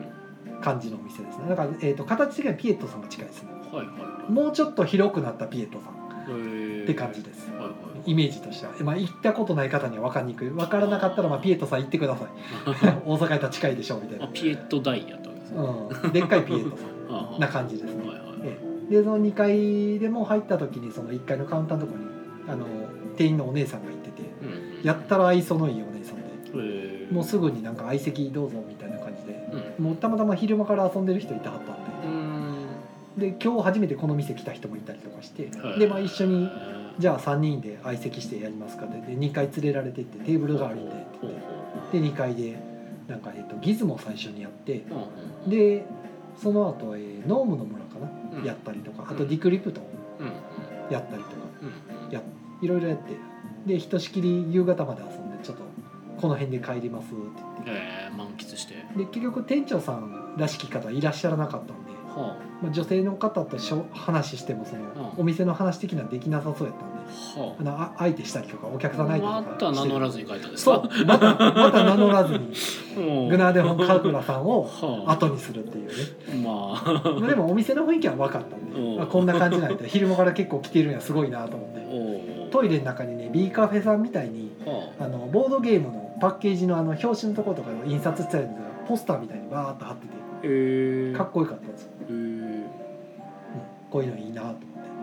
Speaker 1: うん
Speaker 2: 感じのお店ですねだから、えー、と形的にはピエットさんが近いですね
Speaker 1: はいはい
Speaker 2: もうちょっと広くなったピエットさん
Speaker 1: はい
Speaker 2: って感じです
Speaker 1: はいはい
Speaker 2: イメージとしては、まあ、行ったことない方には分かりにくい分からなかったら、まあ、ピエットさん行ってください 大阪やったら近いでしょみたい
Speaker 1: あ
Speaker 2: な、
Speaker 1: ピエットダイヤってことですね
Speaker 2: うん、でっかいピエットさん
Speaker 1: ああ
Speaker 2: な感じですね
Speaker 1: はいはい
Speaker 2: ええでその2階でも入った時にその1階のカウンターのとこにあの店員のお姉さんが行ってて
Speaker 1: うん
Speaker 2: やったら愛想のいいお姉さんで
Speaker 1: えー
Speaker 2: もうすぐになんか相席どうぞみたいな感じで
Speaker 1: うん
Speaker 2: もうたまたま昼間から遊んでる人いてはったんで
Speaker 1: うーん
Speaker 2: で今日初めてこの店来た人もいたりとかして、
Speaker 1: はい
Speaker 2: でまあ一緒に
Speaker 1: えー
Speaker 2: じゃあ3人で相席してやりますかってで2回連れられてってテーブルがあるんでって
Speaker 1: ほう
Speaker 2: 言っ
Speaker 1: ほ
Speaker 2: てで2回でなんか、えっとギズも最初にやって
Speaker 1: うほううんうん
Speaker 2: でその後、えーノームの村かな、
Speaker 1: うん
Speaker 2: やったりとかあ
Speaker 1: う
Speaker 2: と
Speaker 1: ん
Speaker 2: ディクリプト
Speaker 1: うんうん
Speaker 2: やったりとか
Speaker 1: うん
Speaker 2: やいろいろやってでひとしきり夕方まで遊んでちょっとこの辺で帰りますって言って
Speaker 1: えー満喫して
Speaker 2: で結局店長さんらしき方いらっしゃらなかったんで、
Speaker 1: は
Speaker 2: まあ、女性の方としょ話してもその、
Speaker 1: うん
Speaker 2: お店の話的なのできなさそうやったんで
Speaker 1: あは
Speaker 2: あのあ相手したりとかお客さん相手と
Speaker 1: あ
Speaker 2: か
Speaker 1: また名乗らず
Speaker 2: に
Speaker 1: に書いたんです
Speaker 2: そ
Speaker 1: か
Speaker 2: うまたまた名乗らずに
Speaker 1: うん
Speaker 2: グナーデホンカグラさんを
Speaker 1: はあ
Speaker 2: 後にするっていうね
Speaker 1: まあ
Speaker 2: まあでもお店の雰囲気は分かったん
Speaker 1: う
Speaker 2: で、
Speaker 1: ん
Speaker 2: まあ、こんな感じなんで昼間から結構来てるんやすごいなと思って
Speaker 1: お
Speaker 2: ト
Speaker 1: イ
Speaker 2: イレの中にね B カフェさんみたいに
Speaker 1: は
Speaker 2: あのボードゲームのパッケージのあの表紙のところとかの印刷したやつがポスターみたいにバーッと貼ってて
Speaker 1: あえー
Speaker 2: かっこよかったんですよ、
Speaker 1: えー
Speaker 2: うんこういうのいいなと思っ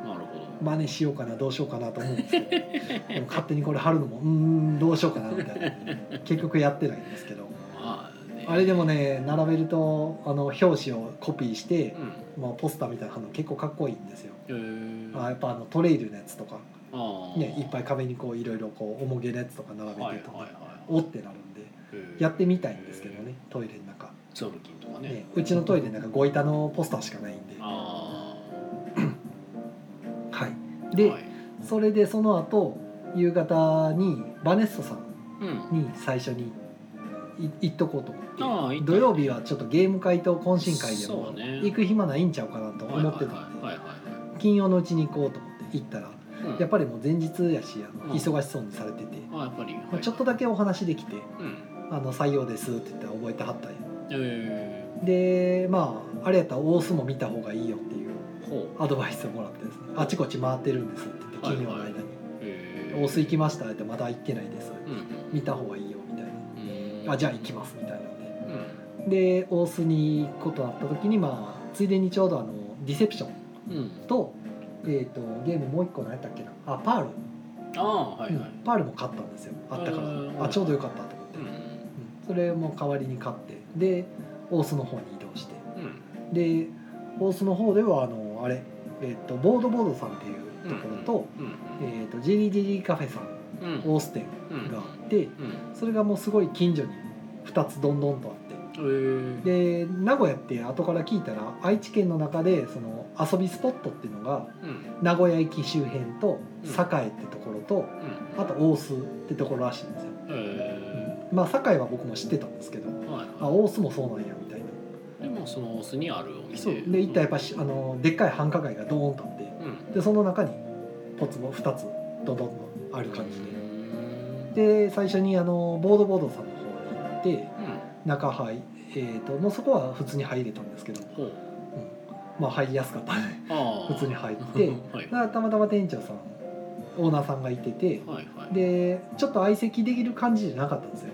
Speaker 2: て
Speaker 1: なるほど
Speaker 2: 真似しようかなどうしようかなと思うんですけどでも勝手にこれ貼るのもうーんどうしようかなみたいな結局やってないんですけど
Speaker 1: まあね
Speaker 2: あれでもね並べるとあの表紙をコピーして
Speaker 1: う、ん
Speaker 2: まあ、ポスターみたいなの結構かっこいいんですよ。
Speaker 1: えー
Speaker 2: あやっぱあのトレイルのやつとか、
Speaker 1: あ
Speaker 2: ね、いっぱ
Speaker 1: い
Speaker 2: い壁にこういろいろこう重げのやつとか並べ
Speaker 1: は
Speaker 2: て
Speaker 1: い
Speaker 2: ると、
Speaker 1: はい
Speaker 2: お
Speaker 1: は
Speaker 2: ってなるんで
Speaker 1: い
Speaker 2: やってみたいんですけどねトイレの中、
Speaker 1: ツールキンとかね
Speaker 2: ね、うちのトイレなんかゴイタのポスターしかないんで、
Speaker 1: あ
Speaker 2: はい、
Speaker 1: あ
Speaker 2: で、
Speaker 1: はい
Speaker 2: それでその後夕方にバネッソさん
Speaker 1: うん
Speaker 2: に最初にい行っとこうと思って
Speaker 1: ああ行った
Speaker 2: 土曜日はちょっとゲーム会と懇親会で
Speaker 1: そ
Speaker 2: も
Speaker 1: うね
Speaker 2: 行く暇ないんちゃうかなと思ってたんで
Speaker 1: はいはいはいは
Speaker 2: 金曜のうちに行こうと思って行ったら
Speaker 1: いはいうん
Speaker 2: やっぱりもう前日やしあ
Speaker 1: うん
Speaker 2: の忙しそうにされてて、
Speaker 1: あやっぱり、
Speaker 2: まあ、ちょっと
Speaker 1: だ
Speaker 2: だけお話できて
Speaker 1: うん
Speaker 2: 「あの採用です」って言ったら覚えてはったり
Speaker 1: え
Speaker 2: でまああれやったら大相撲見た方がいいよっていう
Speaker 1: ー、ほう
Speaker 2: アドバイスをもらってですね「あちこち回ってるんです」って言って金曜の間に
Speaker 1: え
Speaker 2: 「
Speaker 1: ー、
Speaker 2: 大須行きました」って「まだ行ってないです」
Speaker 1: うん
Speaker 2: 見た方がいいよみたい
Speaker 1: うんうん
Speaker 2: な「あじゃあ行きます」みたいなんで
Speaker 1: うん
Speaker 2: で大須に行くことになった時にまあついでにちょうどあのディセプション
Speaker 1: うん
Speaker 2: と,、えー、とゲームもう一個何やったっけなあパール、
Speaker 1: ああはいはい
Speaker 2: うんパールも買ったんですよあったか
Speaker 1: あー
Speaker 2: らあちょうどよかったと思って、
Speaker 1: うん
Speaker 2: うんそれも代わりに買ってで大須の方に移動して
Speaker 1: うん
Speaker 2: で大須の方ではあのあれ、えー、とボードボードさんっていうところと,、
Speaker 1: うん
Speaker 2: えー、とジリジリカフェさん
Speaker 1: うんうん
Speaker 2: オーステンがあって
Speaker 1: うん
Speaker 2: それがもうすごい近所に2つどんどんとあって。
Speaker 1: えー、
Speaker 2: で名古屋って後から聞いたら愛知県の中でその遊びスポットっていうのが
Speaker 1: うん
Speaker 2: 名古屋駅周辺と
Speaker 1: うん
Speaker 2: 栄ってところと、
Speaker 1: うん
Speaker 2: あと大須ってところらしいんですよ、
Speaker 1: え
Speaker 2: まあ栄は僕も知ってたんですけど
Speaker 1: ー、はい
Speaker 2: あ
Speaker 1: は
Speaker 2: 大須もそうなんやみたいない
Speaker 1: でもそのオスにあるお店
Speaker 2: そうで行ったらやっぱしあのでっかい繁華街がドーンとあって
Speaker 1: うん
Speaker 2: でその中にポツも2つドドンとあ
Speaker 1: あ
Speaker 2: る感じ
Speaker 1: うん
Speaker 2: でで最初にあのボードボードさんの方に行って中入えー、ともうそこは普通に入れたんですけど、
Speaker 1: ほう
Speaker 2: まあ、入りやすかったね
Speaker 1: ああ
Speaker 2: 普通に入って
Speaker 1: はい
Speaker 2: だからたまたま店長さんオーナーさんがいてて
Speaker 1: はいはい
Speaker 2: でちょっと相席できる感じじゃなかったんですよ、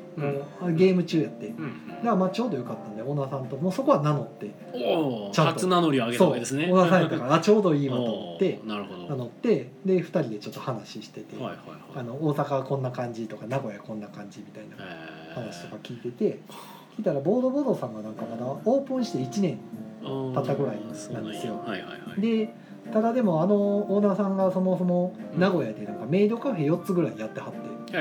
Speaker 2: もうゲーム中やってだか
Speaker 1: うんうん
Speaker 2: らまあちょうどよかったんでオーナーさんともうそこは名乗って
Speaker 1: おお
Speaker 2: ちゃんと
Speaker 1: 初名乗り上げた
Speaker 2: そ
Speaker 1: わ
Speaker 2: うオ
Speaker 1: け
Speaker 2: ー
Speaker 1: ですね
Speaker 2: ナーさんやったからあちょうどいいわと思って
Speaker 1: おーなるほど
Speaker 2: 名乗ってで2人でちょっと話してて、
Speaker 1: はいはい
Speaker 2: あ
Speaker 1: はい
Speaker 2: の大阪はこんな感じとか名古屋こんな感じみたいな
Speaker 1: えー
Speaker 2: 話とか聞いてて聞いたらボードボードさんがなんかまだオープンして1年
Speaker 1: た
Speaker 2: たったぐらいなんですよ
Speaker 1: はいはいはい。
Speaker 2: でただでもあのオーナーさんがそもそも名古屋でなんかメイドカフェ4つぐらいやってはって。
Speaker 1: え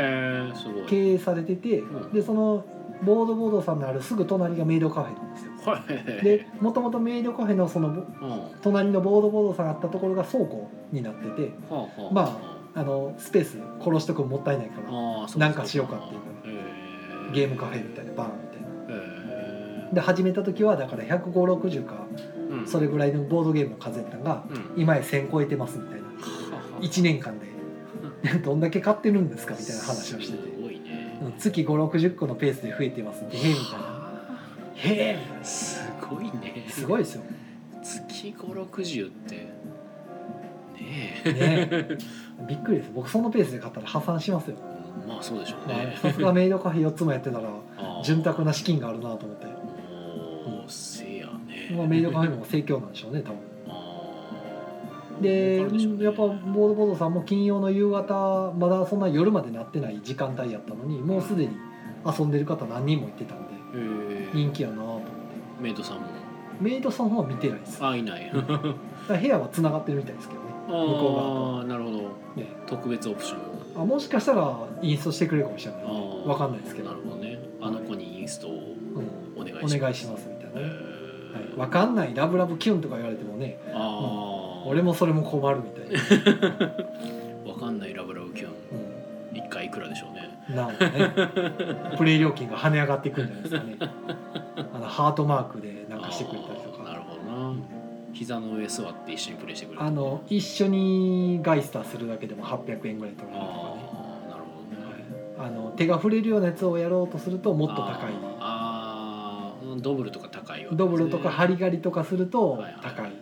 Speaker 1: ー、すごい。はい。
Speaker 2: 経営されてて、
Speaker 1: うん
Speaker 2: でそのボードボードさんのあるすぐ隣がメイドカフェなんですよでもともとメイドカフェのそのぼ
Speaker 1: うん、は
Speaker 2: 隣のボードボードさんあったところが倉庫になってて
Speaker 1: あはあ。
Speaker 2: まあのスペース殺しとくのもったいないから
Speaker 1: あー、そう
Speaker 2: なんかしようかっていう
Speaker 1: えー、
Speaker 2: ゲームカフェみたいなバーみたいな
Speaker 1: え
Speaker 2: で始めた時はだから15060か
Speaker 1: ーうん、
Speaker 2: それぐらいのボードゲームの数やったのが
Speaker 1: うん、
Speaker 2: 今や1000超えてますみたいな1年間でどんだけ買ってるんですかみたいな話をしてて
Speaker 1: すごいね。
Speaker 2: うん月560個のペースで増えてますってへえみたいな
Speaker 1: は
Speaker 2: へえみたいな
Speaker 1: あすごいね。
Speaker 2: すごいですよ。
Speaker 1: 月五六十ってねえ。
Speaker 2: ね、びっくりです。僕そのペースで買ったら破産しますよ。
Speaker 1: うんまあそうでしょう
Speaker 2: まあ
Speaker 1: ね。
Speaker 2: さすがメイドカフェ4つもやってたら
Speaker 1: あー
Speaker 2: 潤沢な資金があるなと思って、
Speaker 1: おーせやね。
Speaker 2: まあ、メイドカフェも盛況なんでしょうね多分。
Speaker 1: あー
Speaker 2: で
Speaker 1: 儲かるしょうね
Speaker 2: やっぱボードボードさんも金曜の夕方まだそんな夜までなってない時間帯やったのにもうすでに遊んでる方何人も行ってたんで
Speaker 1: えー
Speaker 2: 人気やなと思って
Speaker 1: メイドさんも
Speaker 2: メイドさんの方は見てないですだか
Speaker 1: あいない
Speaker 2: ら部屋は繋がってるみたいですけどね
Speaker 1: 向
Speaker 2: こ
Speaker 1: なるほど
Speaker 2: ね
Speaker 1: 特別オプション
Speaker 2: あもしかしたらインストしてくれるかもしれない
Speaker 1: ああ
Speaker 2: わかんないですけど
Speaker 1: なるほどねあの子にインストを
Speaker 2: うん
Speaker 1: お願いし
Speaker 2: お
Speaker 1: ます
Speaker 2: 願いしますみたい
Speaker 1: え
Speaker 2: なねはい、
Speaker 1: ー
Speaker 2: わかんないラブラブキュンとか言われてもね
Speaker 1: ああ
Speaker 2: 俺もそれも困るみたいな、
Speaker 1: わかんないラブラブキュン
Speaker 2: う
Speaker 1: 一回いくらでしょうね
Speaker 2: ん、なんかね プレイ料金が跳ね上がっていくんじゃないですかねあのハートマークでなんかしてくれたりと
Speaker 1: あーなる
Speaker 2: か
Speaker 1: ほどな膝の上座って一緒にプレイしてくれる
Speaker 2: あの一緒にガイスターするだけでも800円ぐらい取られるとかね
Speaker 1: あーなるほどね
Speaker 2: あの手が触れるようなやつをやろうとするともっと高い
Speaker 1: あーあードブルとか高いわけですね
Speaker 2: ドブロとかハリガリとかすると高い、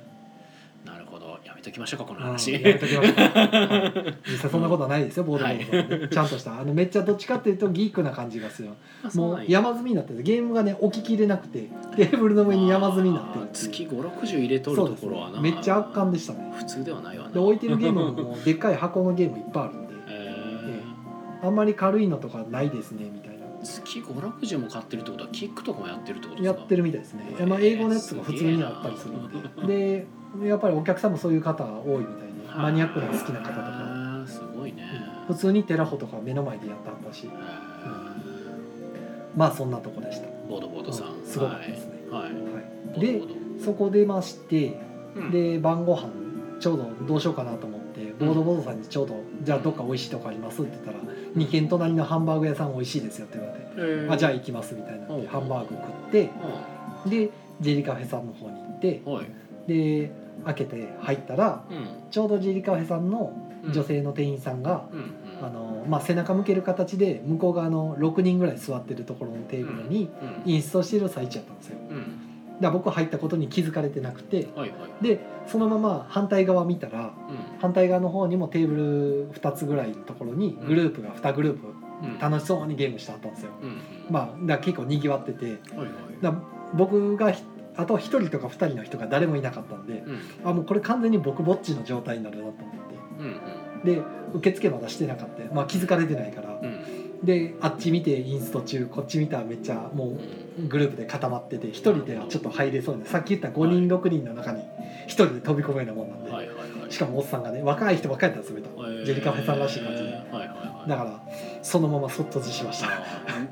Speaker 1: なるほどやめときましょうかこの
Speaker 2: うん
Speaker 1: 話
Speaker 2: やめときましょうはい実際そんなことはないですよボードゲームはね、ちゃんとしたあのめっちゃどっちかっていうとギークな感じがする
Speaker 1: あそう
Speaker 2: も
Speaker 1: なん
Speaker 2: う山積みになっててゲームがね置ききれなくてテーブルの上に山積みになってる
Speaker 1: あー
Speaker 2: し
Speaker 1: 月560入れとる
Speaker 2: そう
Speaker 1: と
Speaker 2: です
Speaker 1: ころは
Speaker 2: ね
Speaker 1: な、
Speaker 2: めっちゃ圧巻でしたね
Speaker 1: 普通ではないわな
Speaker 2: で置いてるゲームもでっかい箱のゲームいっぱいあるんで
Speaker 1: え
Speaker 2: あんまり軽いのとかないですねみたい
Speaker 1: ー、
Speaker 2: な
Speaker 1: 月560も買ってるってことはキックとかもやってるってことです
Speaker 2: や
Speaker 1: か
Speaker 2: ってるみたいですね、まあ、英語のやつが普通にあったりするんででやっぱりお客さんもそういう方多いみたいでマニアックな好きな方とか
Speaker 1: あーすごいね、
Speaker 2: 普通にテラホとか目の前でやったったし
Speaker 1: えー
Speaker 2: まあそんなとこでした、
Speaker 1: ボードボードさん、
Speaker 2: うんすごかったですね
Speaker 1: はい、はい、
Speaker 2: は
Speaker 1: ボ
Speaker 2: い、
Speaker 1: ードボ
Speaker 2: で
Speaker 1: ード
Speaker 2: そこ出まして
Speaker 1: うん
Speaker 2: で晩ご飯ちょうどどうしようかなと思ってボードボードさんにちょうど「じゃあどっか美味しいとこあります?」って言ったら「2軒隣のハンバーグ屋さん美味しいですよ」って言われて
Speaker 1: え
Speaker 2: 「
Speaker 1: ー
Speaker 2: あじゃあ行きます」みたいな
Speaker 1: う
Speaker 2: の
Speaker 1: ん
Speaker 2: でハンバーグ食ってでジェリカフェさんの方に行って
Speaker 1: うんはい、
Speaker 2: で開けて入ったら
Speaker 1: うん
Speaker 2: ちょうどジェリカフェさんの
Speaker 1: うん、
Speaker 2: 女性の店員さんが
Speaker 1: う。んうん
Speaker 2: あのまあ、背中向ける形で向こう側の6人ぐらい座ってるところのテーブルに
Speaker 1: うん
Speaker 2: インストしてる最中だったんですよだか
Speaker 1: うん
Speaker 2: ら僕入ったことに気づかれてなくて
Speaker 1: はいはい
Speaker 2: でそのまま反対側見た
Speaker 1: う
Speaker 2: ら
Speaker 1: ん
Speaker 2: 反対側の方にもテーブル2つぐらいのところにグループが2グループ
Speaker 1: うん
Speaker 2: 楽しそうにゲームしてあったんですよ
Speaker 1: うんうん
Speaker 2: まあだから結構にぎわってて
Speaker 1: はいはい
Speaker 2: だから僕がひあと1人とか2人の人が誰もいなかったんで
Speaker 1: うん
Speaker 2: あもうこれ完全に僕ぼっちの状態になるなと思っ
Speaker 1: うん
Speaker 2: てで受付まだしてなかった、まあ、気づかれてないから
Speaker 1: うんうん
Speaker 2: であっち見てインスト中こっち見たらめっちゃもうグループで固まってて1人ではちょっと入れそうでさっき言った5人6人の中に1人で飛び込むようなもんなんで、
Speaker 1: はいはいはい
Speaker 2: しかもおっさんがね若い人ばっかりだったんですよ
Speaker 1: えー
Speaker 2: ジェリカフェさんらしい感じで
Speaker 1: はいはいはい
Speaker 2: だからそのままそっとじしました
Speaker 1: あ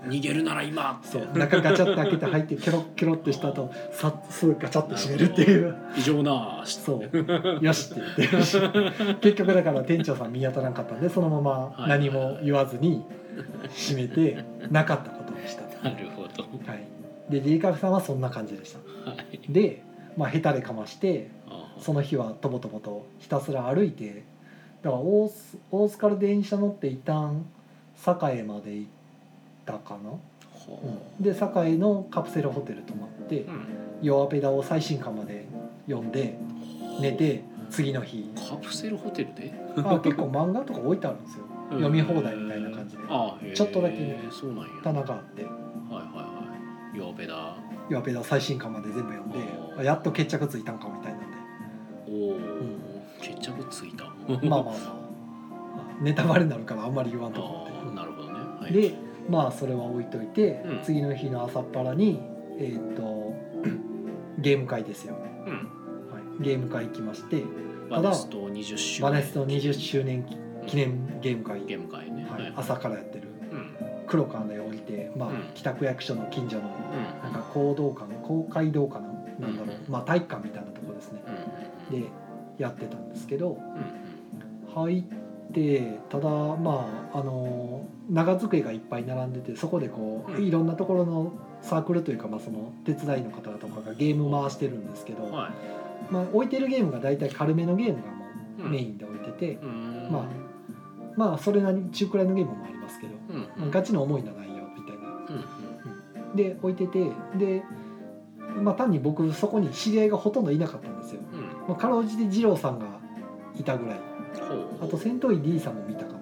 Speaker 1: ー逃げるなら今って
Speaker 2: そう中ガチャッと開けて入ってケロッケロッてした後さっすぐガチャッと閉めるっていう
Speaker 1: 異常なし
Speaker 2: そうよしって言って結局だから店長さん見当たらんかったんでそのまま何も言わずに閉め てなかったことにした
Speaker 1: なるほど
Speaker 2: はい、でリリカフさんはそんな感じでした
Speaker 1: はい
Speaker 2: でまあヘタレかまして
Speaker 1: あー
Speaker 2: その日はとぼとぼとひたすら歩いてだから大須大須から電車乗って一旦栄まで行ったかな、
Speaker 1: ほ
Speaker 2: で栄のカプセルホテル泊まって
Speaker 1: ううん
Speaker 2: 弱ペダを最新刊まで読んで寝て次の日
Speaker 1: カプセルホテルで
Speaker 2: あ結構漫画とか置いてあるんですよ読み放題みたいな感じで
Speaker 1: あーへー
Speaker 2: ちょっとだけね
Speaker 1: そうなんや
Speaker 2: 棚があって
Speaker 1: はいはいはいよべだ
Speaker 2: 弱ペダを最新刊まで全部読んであやっと決着ついたんかみたいなんで
Speaker 1: おお
Speaker 2: ん
Speaker 1: 決着ついたま
Speaker 2: まあ
Speaker 1: あ
Speaker 2: まあまあネタバレになるからあんまり言わんとこ
Speaker 1: あーなるほどねは
Speaker 2: ってでまあそれは置いといて、
Speaker 1: うん
Speaker 2: 次の日の朝っぱらにえーっと ゲーム会ですよ、は
Speaker 1: うん
Speaker 2: い、ゲーム会行きまして
Speaker 1: バネスト20周
Speaker 2: バネスト20周年記
Speaker 1: うん
Speaker 2: 念ゲーム会、
Speaker 1: ゲーム会ね
Speaker 2: はい、朝からやってる
Speaker 1: うん
Speaker 2: 黒川で降りて、まあ
Speaker 1: うん
Speaker 2: 北区役所の近所の
Speaker 1: うん
Speaker 2: なんか講道館公会堂かななんだろう、
Speaker 1: うん
Speaker 2: まあ、体育館みたいなとこですね
Speaker 1: うんうんうん
Speaker 2: でやってたんですけど、
Speaker 1: うんうん
Speaker 2: 入ってただまああの長机がいっぱい並んでてそこでこう、
Speaker 1: うん
Speaker 2: いろんなところのサークルというか、まあ、その手伝いの方とかがゲーム回してるんですけど、
Speaker 1: はい
Speaker 2: まあ、置いてるゲームが大体軽めのゲームがもうメインで置いてて、まあまあそれなりに中くらいのゲームもありますけど、
Speaker 1: あ、うん
Speaker 2: まあガチの重いのはないよみたいな。
Speaker 1: うん
Speaker 2: で置いててで、まあ、単に僕そこに知り合いがほとんどいなかったんですよ。
Speaker 1: うんうん
Speaker 2: まあ、かろうじて二郎さんがいたぐらい
Speaker 1: ほう
Speaker 2: あと戦闘員 D さんも見たかな。うん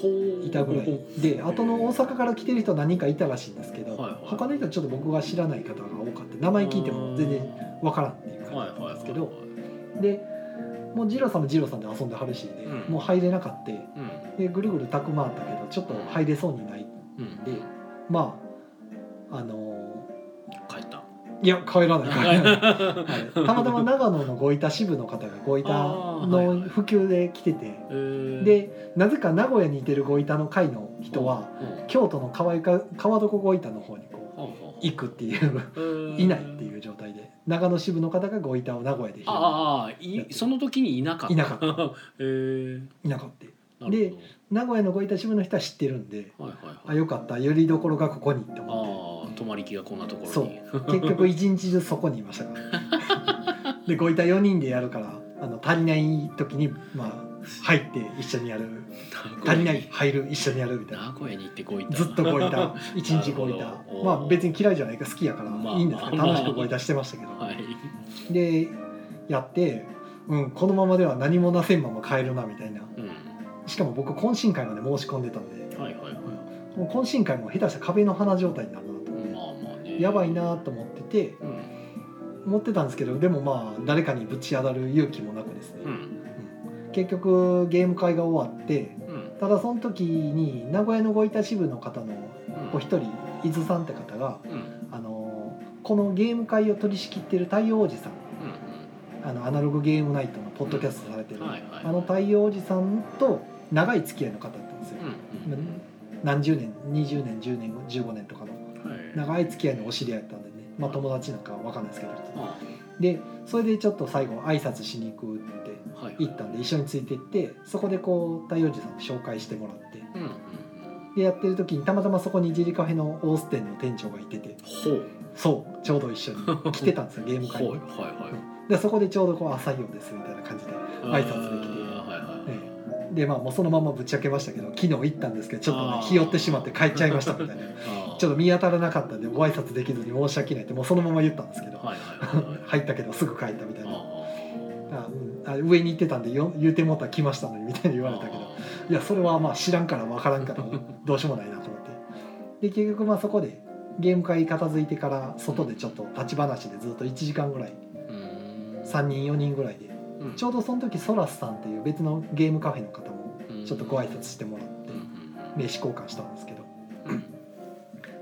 Speaker 1: ほう
Speaker 2: いたぐらいで後の大阪から来てる人何人かいたらしいんですけど、
Speaker 1: はいはい
Speaker 2: 他の人はちょっと僕が知らない方が多かった名前聞いても全然わからんっていう感
Speaker 1: は
Speaker 2: じ
Speaker 1: い
Speaker 2: だった
Speaker 1: はいは
Speaker 2: んで
Speaker 1: い
Speaker 2: すけど、でもう二郎さんも二郎さんで遊んではるしで、
Speaker 1: うん
Speaker 2: もう入れなかった
Speaker 1: うん
Speaker 2: でぐるぐるたくまわったけどちょっと入れそうにない
Speaker 1: うん
Speaker 2: でまああの
Speaker 1: 帰った
Speaker 2: ーいや帰 らない帰らない、はいたまたま長野のごいた支部の方がごいたの普及で来てて。
Speaker 1: えー、
Speaker 2: でなぜか名古屋にいてるごいたの会の人は、
Speaker 1: うん
Speaker 2: 京都の川井か川床ごいたの方にこう
Speaker 1: ほうほう
Speaker 2: 行くっていう
Speaker 1: えー
Speaker 2: いないっていう状態で長野支部の方がごいたを名古屋で拾う
Speaker 1: ああいその時にいなかった
Speaker 2: いな かった
Speaker 1: えー、
Speaker 2: いなかった
Speaker 1: なる
Speaker 2: 名古屋のごいた支部の人は知ってるんで
Speaker 1: ほどはいはい
Speaker 2: あ
Speaker 1: はい
Speaker 2: よかったよりどころがここにって
Speaker 1: あ
Speaker 2: 思
Speaker 1: あ泊まり気がこんなところに
Speaker 2: そうって結局一日中そこにいましたから でごいた4人でやるからあの足りない時にまあ入って一緒にやる足りない入る一緒にやるみたいな
Speaker 1: 名古屋に行ってこいた
Speaker 2: ずっとご いた一日ごいた
Speaker 1: なるほど
Speaker 2: まあ別に嫌いじゃないか好きやから
Speaker 1: まあ
Speaker 2: いいんですけど
Speaker 1: まあ
Speaker 2: 楽しくごいたしてましたけど。
Speaker 1: はい
Speaker 2: でやって、うん、このままでは何もなせんまま帰るなみたいな
Speaker 1: うん
Speaker 2: しかも僕懇親会まで申し込んでたんで
Speaker 1: はいはいはい
Speaker 2: もう懇親会も下手したら壁の花状態になるなと
Speaker 1: まあまあね
Speaker 2: やばいなと思ってて、
Speaker 1: うん
Speaker 2: 思ってたんですけどでもまあ誰かにぶち当たる勇気もなくですね、
Speaker 1: うん
Speaker 2: 結局ゲーム会が終わって
Speaker 1: うん
Speaker 2: ただその時に名古屋のごいた支部の方の
Speaker 1: うん
Speaker 2: お一人伊豆さんって方が
Speaker 1: うんうん
Speaker 2: あのこのゲーム会を取り仕切ってる太陽おじさんあのアナログゲームナイトのポッドキャストされて
Speaker 1: うん
Speaker 2: る、
Speaker 1: はいはい
Speaker 2: あの太陽おじさんと長い付き合いの方だったんですよ、
Speaker 1: うんうん
Speaker 2: 何十年20年10年15年とかの
Speaker 1: はい
Speaker 2: 長い付き合いのお知り合いだったんでね、まあ、友達なんかわかんないですけど
Speaker 1: あ
Speaker 2: でそれでちょっと最後挨拶しに行くって
Speaker 1: あはいはい
Speaker 2: 行ったんで一緒について行ってそこでこう太陽寺さんに紹介してもらって
Speaker 1: うんうんうん
Speaker 2: でやってる時にたまたまそこにジリカフェのオーステンの店長がいてて
Speaker 1: ほう
Speaker 2: そうちょうど一緒に来てたん ですよゲーム会
Speaker 1: はい
Speaker 2: に
Speaker 1: はいはい
Speaker 2: でそこでちょうどこう「朝陽です」みたいな感じで挨拶でき
Speaker 1: あ
Speaker 2: て
Speaker 1: ーはいはい
Speaker 2: えでまあもうそのままぶっちゃけましたけど昨日行ったんですけどちょっと
Speaker 1: あー
Speaker 2: ね日寄ってしまって帰っちゃいましたみたいな
Speaker 1: あー
Speaker 2: ちょっと見当たらなかったんでご挨拶できずに申し訳ないってもうそのまま言ったんですけど
Speaker 1: はいはいはいはい
Speaker 2: 入ったけどすぐ帰ったみたいな
Speaker 1: あ
Speaker 2: あ、うん、あ上に行ってたんでよ言うてもうたら来ましたのにみたいに言われたけどいやそれはまあ知らんから分からんからどうしようもないなと思ってで結局まあそこでゲーム会片付いてから外でちょっと立ち話でずっと1時間ぐらい3人4人ぐらいでちょうどその時ソラスさんっていう別のゲームカフェの方もちょっとご挨拶してもらって名刺交換したんですけど、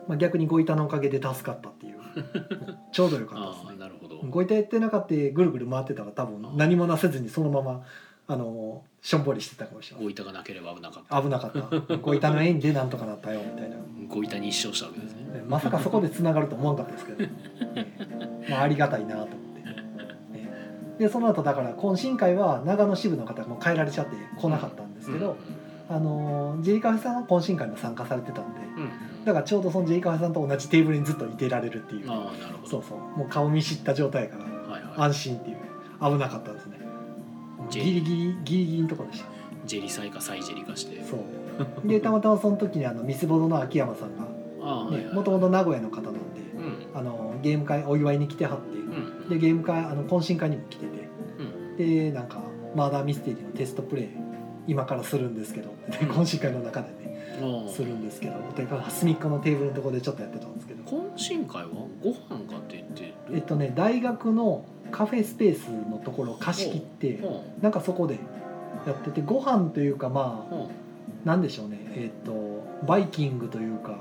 Speaker 2: まあ、逆にご板のおかげで助かったっていう ちょうどよかった
Speaker 1: あ
Speaker 2: です
Speaker 1: あ
Speaker 2: ね
Speaker 1: ーなるほど
Speaker 2: ご遺体やってなかったぐるぐる回ってたら多分何もなせずにそのままあのしょんぼりしてたかもしれな
Speaker 1: ご
Speaker 2: い
Speaker 1: 板がなければ危なかった
Speaker 2: 危なかったご遺体の縁でなんとかなったよみたいな
Speaker 1: ご板に一生したわけですね
Speaker 2: まさかそこでつながると思わなかった ですけど、ええまあ、ありがたいなと思ってええでその後だから懇親会は長野支部の方も変えられちゃって来なかったんですけど、あのジェリカフェさんは懇親会も参加されてたんで
Speaker 1: うんうん
Speaker 2: だからちょうどそのジェリカフェさんと同じテーブルにずっといてられるっていう
Speaker 1: ああなるほ
Speaker 2: そ
Speaker 1: ど
Speaker 2: うそうもう顔見知った状態やから
Speaker 1: はいはい
Speaker 2: 安心っていう危なかったですね
Speaker 1: ジ
Speaker 2: ギ
Speaker 1: ェ
Speaker 2: リギリギリギリのとこでした
Speaker 1: ジェリサイかサイジェリかして
Speaker 2: そうでたまたまその時にあのミスボドの秋山さんが
Speaker 1: ああはい
Speaker 2: ね
Speaker 1: はい
Speaker 2: もともと名古屋の方なんで
Speaker 1: うん
Speaker 2: あのゲーム会お祝いに来てはっ
Speaker 1: う
Speaker 2: てで
Speaker 1: ん
Speaker 2: ゲーム会あの懇親会にも来て
Speaker 1: うん
Speaker 2: てでなんかマーダーミステリーのテストプレイ今からするんですけどで
Speaker 1: うん
Speaker 2: 懇親会の中でね
Speaker 1: ああ
Speaker 2: するんですけどで隅っこのテーブルのところでちょっとやってたんですけど
Speaker 1: 懇親会はご飯かって言って
Speaker 2: えっ
Speaker 1: る
Speaker 2: とね大学のカフェスペースのところを貸し切って
Speaker 1: は
Speaker 2: なんかそこでやっててご飯というかま
Speaker 1: あ
Speaker 2: あ
Speaker 1: は
Speaker 2: なんでしょうねえっ、とバイキングというか、
Speaker 1: あは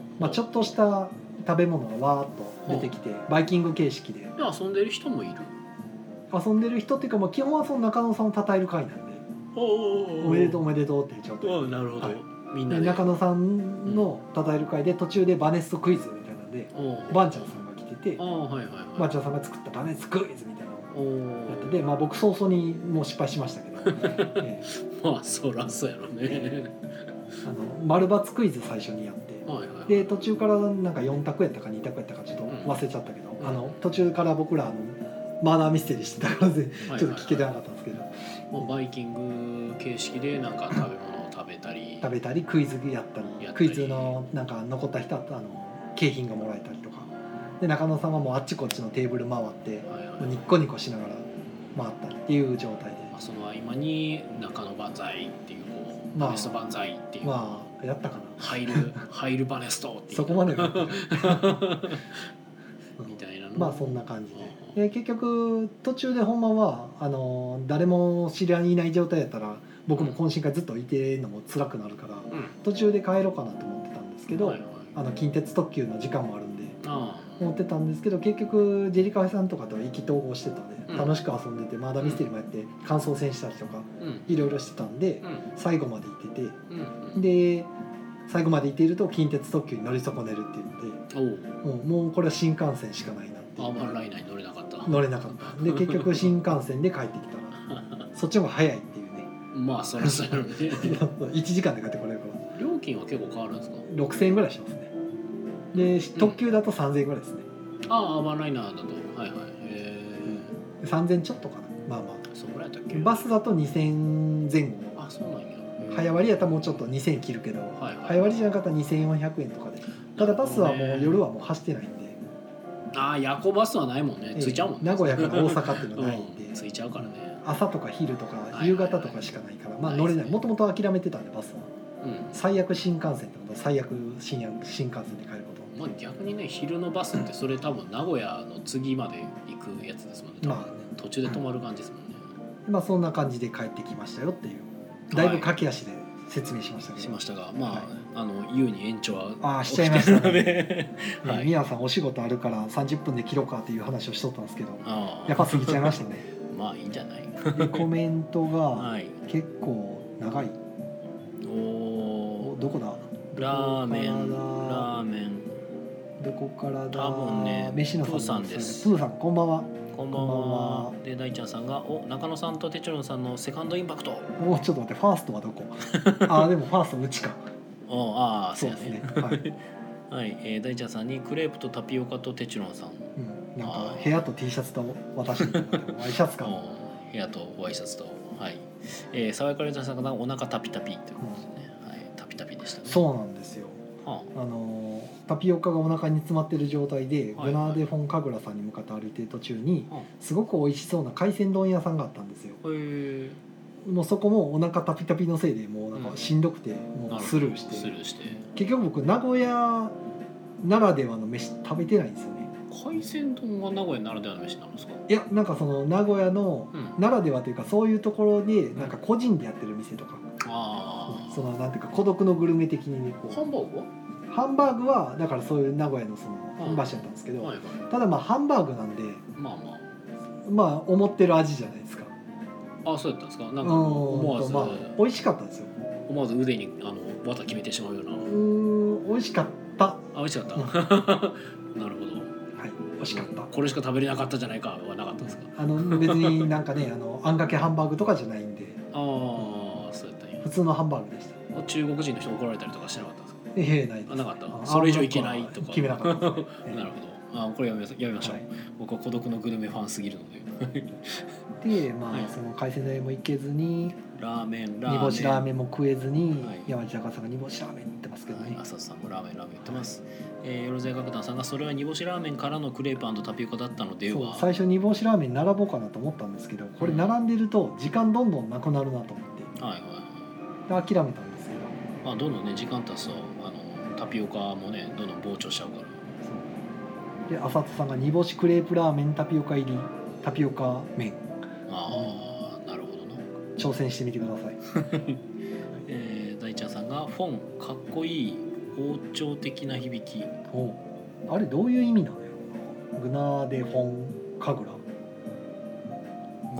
Speaker 1: あ
Speaker 2: まあ、ちょっとした食べ物がわーっと出てきてバイキング形式で
Speaker 1: で遊んでる人もいる
Speaker 2: 遊んでる人っていうかまあ基本はその中野さんを称える会なんで
Speaker 1: お
Speaker 2: おめでとう
Speaker 1: う
Speaker 2: おめでとうっていう状態
Speaker 1: おなるほど
Speaker 2: はい
Speaker 1: みんな
Speaker 2: で
Speaker 1: で
Speaker 2: 中野さんの称える会で途中でバネストクイズみたいなんで
Speaker 1: おう
Speaker 2: バンちゃんさんが来てて
Speaker 1: ああはいはいは
Speaker 2: バン
Speaker 1: い
Speaker 2: ちゃんさんが作ったバネストクイズみたいなのを
Speaker 1: おお
Speaker 2: やってて、まあ、僕早々にもう失敗しましたけ ど、ええ
Speaker 1: まあそらそうやろ ね
Speaker 2: あの丸×クイズ最初にやって
Speaker 1: はいはい
Speaker 2: で途中からなんか4択やったか2択やったかちょっと忘れちゃったけど、
Speaker 1: うん
Speaker 2: あの途中から僕らあのマーダーミステリーしてたからで
Speaker 1: はい
Speaker 2: ちょっと聞けてなかったんですけど、
Speaker 1: まあ、バイキング形式でなんか食べ物を食べたり
Speaker 2: 食べたりクイズやったり
Speaker 1: やったり
Speaker 2: クイズのなんか残った人はあの景品がもらえたりとかで中野さんはもうあっちこっちのテーブル回って
Speaker 1: はい
Speaker 2: もう
Speaker 1: は
Speaker 2: ニ
Speaker 1: い
Speaker 2: ッコニコしながら回ったりっていう状態で
Speaker 1: まあ、その合間に中野万歳っていうこう
Speaker 2: まあ
Speaker 1: バネスト万歳っていう、
Speaker 2: まあやったかな
Speaker 1: 入 る入るバネストっていう
Speaker 2: そこまではやってないうん
Speaker 1: みたいなの
Speaker 2: まあそんな感じでで結局途中でほんまはあの誰も知り合いいない状態やったら僕も懇親会ずっといてるのも辛くなるから
Speaker 1: うん
Speaker 2: 途中で帰ろうかなと思ってたんですけど、
Speaker 1: はいはい
Speaker 2: あの近鉄特急の時間もあるんで
Speaker 1: ああ
Speaker 2: 思ってたんですけど結局ジェリカフェさんとかと意気投合してたんで、
Speaker 1: うん
Speaker 2: 楽しく遊んでてまだミステリーもやって感想戦したりとか
Speaker 1: うん
Speaker 2: いろいろしてたんで
Speaker 1: うん
Speaker 2: 最後まで行って
Speaker 1: うん
Speaker 2: てで最後まで行っていると近鉄特急に乗り損ねるっていうので
Speaker 1: おう
Speaker 2: もうもうこれは新幹線しかないなって
Speaker 1: アーマンライナーに乗れなかった
Speaker 2: 乗れなかった で結局新幹線で帰ってきたらそっちの方が早いっていうね
Speaker 1: まあそらそうやろね
Speaker 2: 1時間で帰ってこれるから
Speaker 1: 料金は結構変わるんですか
Speaker 2: 6000円ぐらいしますねで特急だと3000円ぐらいですね、
Speaker 1: ああアーマンライナーだとはいはいへ
Speaker 2: 3000ちょっとかなまあま
Speaker 1: え
Speaker 2: あ
Speaker 1: そうぐらいだったっけ
Speaker 2: バスだと2000前後
Speaker 1: あそうなんやへえ
Speaker 2: 早割りやったらもうちょっと2000切るけど、
Speaker 1: はいはい
Speaker 2: 早割りじゃなかったら2400円とかでただバスはもう夜はもう走ってないんで、
Speaker 1: ああ夜行バスはないもんね
Speaker 2: ええ
Speaker 1: 着いちゃうもんね
Speaker 2: 名古屋から大阪っていうのはないん で、
Speaker 1: うん着いちゃうからね
Speaker 2: 朝とか昼とか
Speaker 1: い
Speaker 2: 夕方とかしかないから、まあ乗れない
Speaker 1: ないですね
Speaker 2: もともと諦めてたんでバスは
Speaker 1: うん
Speaker 2: 最悪新幹線ってことは最悪新新幹線で帰ること
Speaker 1: まあ、逆にね昼のバスってそれ多分名古屋の次まで行くやつですもんね多分
Speaker 2: まあね
Speaker 1: 途中で止まる感じですもんね、
Speaker 2: まあそんな感じで帰ってきましたよっていうだいぶ駆け足で説明しましたけ
Speaker 1: し
Speaker 2: ど、
Speaker 1: ましたがまあ、
Speaker 2: はい
Speaker 1: あの優に延長
Speaker 2: あ
Speaker 1: は
Speaker 2: ーしちゃいましたね
Speaker 1: 起きてるので
Speaker 2: ね
Speaker 1: はい、
Speaker 2: 宮さんお仕事あるから30分で切ろうかっていう話をしとったんですけど
Speaker 1: ああ
Speaker 2: やっぱ過ぎちゃいましたね
Speaker 1: まあいいんじゃない
Speaker 2: でコメントが
Speaker 1: はい
Speaker 2: 結構長い
Speaker 1: お
Speaker 2: お
Speaker 1: お
Speaker 2: どこだ
Speaker 1: ラーメン
Speaker 2: どこからだ
Speaker 1: ラーメン
Speaker 2: どこからだ
Speaker 1: 多分ね
Speaker 2: 飯野さん
Speaker 1: プーさんです
Speaker 2: プーさんこんばんは
Speaker 1: こんばん
Speaker 2: こんば
Speaker 1: は
Speaker 2: んは
Speaker 1: で大ちゃんさんが「お中野さんとテチロンさんのセカンドインパクト
Speaker 2: もうちょっと待ってファーストは どこあーでもファーストうちか」
Speaker 1: おああそ
Speaker 2: そう
Speaker 1: う
Speaker 2: で
Speaker 1: や
Speaker 2: す
Speaker 1: ね
Speaker 2: ねはい、
Speaker 1: はい、えー、大ちゃんさんにクレープとタピオカとテチロンさん
Speaker 2: うん、なん
Speaker 1: あ
Speaker 2: か
Speaker 1: ー
Speaker 2: 部屋と T シャツと私みたいなワイシ ャツかも
Speaker 1: お部屋とワイシャツとはい、えー、爽やかレンジャーさんがお腹タピタピということですね、はいタピタピでしたね
Speaker 2: そうなんですよ
Speaker 1: は
Speaker 2: あのータピオカがお腹に詰まってる状態で、
Speaker 1: はいはい
Speaker 2: グナーデ・フォン・カグラさんに向かって歩いてる途中に
Speaker 1: あは
Speaker 2: すごく美味しそうな海鮮丼屋さんがあったんですよ
Speaker 1: あへえ
Speaker 2: もうそこもお腹タピタピのせいでもうなん
Speaker 1: うん
Speaker 2: かしんどくてもうスルーして、
Speaker 1: スルーして
Speaker 2: 結局僕名古屋ならではの飯食べてないんですよね
Speaker 1: 海鮮丼が名古屋ならではの飯なんですか
Speaker 2: いやなんかその名古屋の
Speaker 1: うんあ
Speaker 2: ならではというかそういうところでなんか個人でやってる店とか、
Speaker 1: あ
Speaker 2: そのなんていうか孤独のグルメ的にねこ
Speaker 1: ハン
Speaker 2: う
Speaker 1: バーグは
Speaker 2: ハンバーグはだからそういう名古屋のその
Speaker 1: うん
Speaker 2: 本場所やったんですけど、
Speaker 1: はいはい
Speaker 2: ただまあハンバーグなんで
Speaker 1: まあま
Speaker 2: まあ思ってる味じゃないですか
Speaker 1: ああそうやったんですかなん
Speaker 2: うん
Speaker 1: か思わず、
Speaker 2: まあ美味しかったんですよ
Speaker 1: 思わず腕にあの綿決めてしまうよう
Speaker 2: う
Speaker 1: な
Speaker 2: ーん美味しかったは
Speaker 1: あ美味しかった、
Speaker 2: うん
Speaker 1: なるほど
Speaker 2: い美味しかった
Speaker 1: これしか食べれなかったじゃないかはなかったんですか
Speaker 2: あの別になんかねあのあんかけハンバーグとかじゃないんで
Speaker 1: ああそうやったんや
Speaker 2: 普通のハンバーグでした
Speaker 1: 中国人の人怒られたりとかしてなかったんですか
Speaker 2: ええないです
Speaker 1: あなかった
Speaker 2: あ
Speaker 1: それ以上いけ ないとか
Speaker 2: 決めなかったです、ね
Speaker 1: なるほどあこれやめやめましょう、
Speaker 2: はい
Speaker 1: 僕は孤独のグルメファンすぎるので
Speaker 2: でまあ、
Speaker 1: はい
Speaker 2: その海鮮丼屋も行けずに
Speaker 1: ラーメンラーメン
Speaker 2: 煮干しラーメンも食えずに、
Speaker 1: はい
Speaker 2: 山地隆さんが煮干しラーメンって言ってますけどね、
Speaker 1: 浅田さんもラーメンラーメン言ってます、えー、よろずや楽団さんがそれは煮干しラーメンからのクレープタピオカだったので
Speaker 2: そう
Speaker 1: は
Speaker 2: 最初煮干しラーメン並ぼうかなと思ったんですけどこれ並んでると時間どんどんなくなるなと思って
Speaker 1: はいはい
Speaker 2: で諦めたんですけど
Speaker 1: まあどんどんね時間経つとあのタピオカもねどんどん膨張しちゃうから
Speaker 2: そうで浅田さんが煮干しクレープラーメンタピオカ入りタピオカ麺
Speaker 1: ああなるほどな
Speaker 2: 挑戦してみてください
Speaker 1: えー、大ちゃんさんが「フォンかっこいい王朝的な響き」
Speaker 2: おあれどういう意味なのよグナーデ・フォン・カグラ、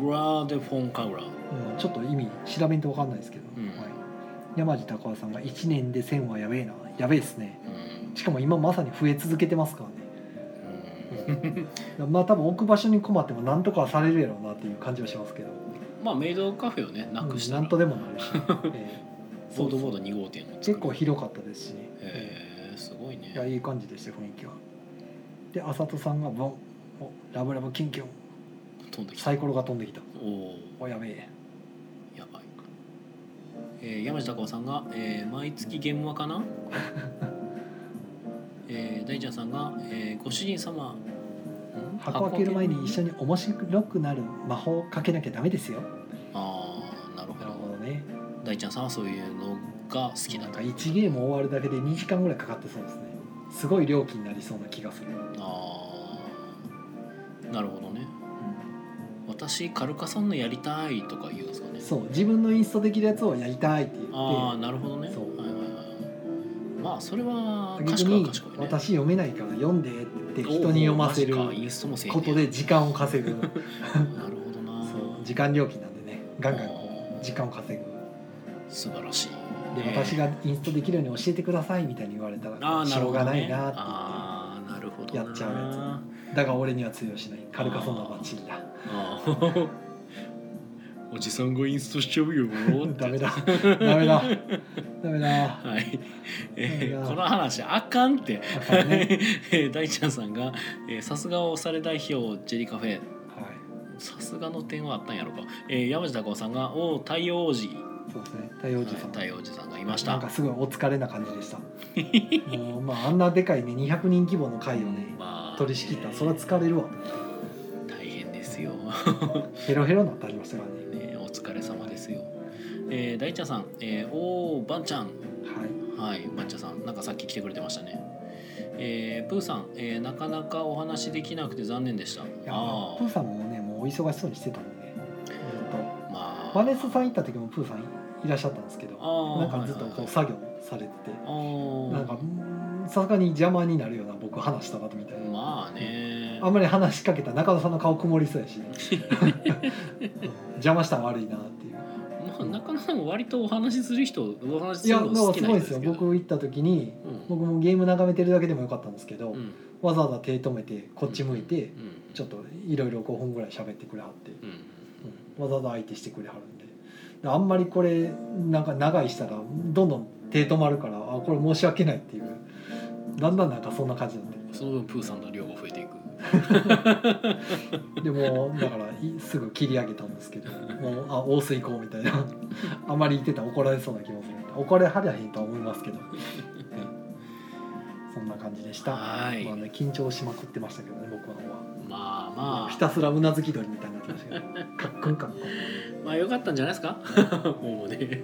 Speaker 1: グラーデ・フォン・カグラ
Speaker 2: うん、ちょっと意味調べんと分かんないですけど、
Speaker 1: うん
Speaker 2: はい、山地隆夫さんが1年で1000はやべえなやべえですね
Speaker 1: うん
Speaker 2: しかも今まさに増え続けてますからね
Speaker 1: うん
Speaker 2: まあ多分置く場所に困ってもなんとかはされるやろうなっていう感じはしますけど
Speaker 1: まあメイドカフェをねなくしたら、
Speaker 2: うんなんとでもな るし、ええ
Speaker 1: ボードボード2号店を
Speaker 2: 結
Speaker 1: 作
Speaker 2: 構
Speaker 1: る
Speaker 2: 広かったですし、え
Speaker 1: へえすごい
Speaker 2: えいや
Speaker 1: ね
Speaker 2: いい感じでした雰囲気はで浅戸さんがボンおラブラブキュンキュン
Speaker 1: 飛んできた
Speaker 2: サイコロが飛んできた
Speaker 1: おお
Speaker 2: おやべえ
Speaker 1: やばい、えー、山下孝さんが、えー毎月ゲームはか な」えー大ちゃんさんが、えーご主人様ん
Speaker 2: 箱開ける前に一緒
Speaker 1: に
Speaker 2: に面白くなる魔法をかけなきゃダメですよ
Speaker 1: ああなるほ
Speaker 2: なる
Speaker 1: ど
Speaker 2: ほどね
Speaker 1: 大ちゃんさんはそういうのが好きだ
Speaker 2: なん
Speaker 1: と
Speaker 2: か1ゲーム終わるだけで2時間ぐらいかかってそうですねすごい料金になりそうな気がする、
Speaker 1: ああなるほどね私カルカソンのやりたいとか言うんですかね
Speaker 2: そう自分のインストできるやつをやりたいって言って
Speaker 1: ああなるほどね
Speaker 2: そう
Speaker 1: はいはいはいまあそれは
Speaker 2: 逆
Speaker 1: 賢いは
Speaker 2: に
Speaker 1: 賢いね
Speaker 2: 私読めないから読んでって言って人に読ませる
Speaker 1: おーマジかインストもせんね
Speaker 2: ことで時間 を稼ぐ
Speaker 1: なるほどな
Speaker 2: そう時間料金なんでねガンガン
Speaker 1: あー
Speaker 2: 時間を稼ぐ
Speaker 1: 素晴らしい
Speaker 2: で
Speaker 1: ね
Speaker 2: 私がインストできるように教えてくださいみたいに言われた
Speaker 1: あ
Speaker 2: ら
Speaker 1: ー
Speaker 2: しょうがないなって
Speaker 1: あーなるほど
Speaker 2: やっちゃうや言ってだが俺には通用しないカルカソンのバッチリだ
Speaker 1: つあー おじさんがインストしちゃうよ
Speaker 2: ダメだダメだダメだ
Speaker 1: はい、え
Speaker 2: ダ
Speaker 1: ー、
Speaker 2: メだ
Speaker 1: この話あかんって
Speaker 2: だか らね、
Speaker 1: えー大ちゃんさんがえー「さすがを押され代表ジェリカフェ」
Speaker 2: は
Speaker 1: さすがの点はあったんやろか、えー、山下孝さんが「おお太陽王子」
Speaker 2: いそうですね太陽寺さん、
Speaker 1: 太陽王子さんがいまし
Speaker 2: な
Speaker 1: た
Speaker 2: んかすごいお疲れな感じでしたもうまああんなでかいね200人規模の会をね
Speaker 1: まあ
Speaker 2: 取り仕切ったらそれは疲れるわ
Speaker 1: 大変ですよ、
Speaker 2: ヘロヘロになってありましたからね
Speaker 1: ね、お疲れ様ですよ、えー、大ちゃんさん、えー、おおばんちゃん
Speaker 2: は
Speaker 1: は
Speaker 2: い
Speaker 1: いばんちゃんさんなんかさっき来てくれてましたねええープーさん、えーなかなかお話できなくて残念でした。
Speaker 2: いや
Speaker 1: あ
Speaker 2: プーさんもねもうお忙しそうにしてたんでねずっ
Speaker 1: あ、ま
Speaker 2: と
Speaker 1: あ。
Speaker 2: マネスさん行った時もプーさんいらっしゃったんですけど
Speaker 1: あー
Speaker 2: なんかずっと
Speaker 1: はいはい
Speaker 2: こ
Speaker 1: は
Speaker 2: う
Speaker 1: い
Speaker 2: 作業されてて
Speaker 1: あー
Speaker 2: なんかうーんさすがに邪魔になるような僕話したなとみたいな
Speaker 1: まあね。
Speaker 2: あんまり話しかけたら中野さんの顔曇 りそうやしうん邪魔したら悪いなっていう
Speaker 1: まあ、中野さんも割とお話しする人、お話し
Speaker 2: い
Speaker 1: す
Speaker 2: や
Speaker 1: る
Speaker 2: なん
Speaker 1: の
Speaker 2: か
Speaker 1: 好き
Speaker 2: す
Speaker 1: な
Speaker 2: ご
Speaker 1: 人で
Speaker 2: いです
Speaker 1: す
Speaker 2: よ
Speaker 1: けど。
Speaker 2: 僕行った時に
Speaker 1: うん。
Speaker 2: 僕もゲーム眺めてるだけでもよかったんですけど、
Speaker 1: うん。
Speaker 2: わざわざ手止めてこっち向いて
Speaker 1: うん。
Speaker 2: ちょっといろいろ5本ぐらい喋ってくれはって、
Speaker 1: うん。
Speaker 2: わざわざ相手してくれはるんでであんまりこれなんか長いしたらどんどん手止まるからあこれ申し訳ないっていうだんだんなんかそんな感じになって
Speaker 1: その分プーさんの量が増えていく。
Speaker 2: でもうだからいすぐ切り上げたんですけどもうあ大須行こうみたいな あまり言ってたら怒られそうな気もするんで怒られはりゃへんとは思いますけどそんな感じでした、
Speaker 1: はい
Speaker 2: まあね、緊張しまくってましたけどね僕の方は。
Speaker 1: まあま
Speaker 2: ひ
Speaker 1: あ。
Speaker 2: たすらうなずき鳥みたいになってましたけどカックンカックン
Speaker 1: まあ、良かったんじゃないですか。 もうね。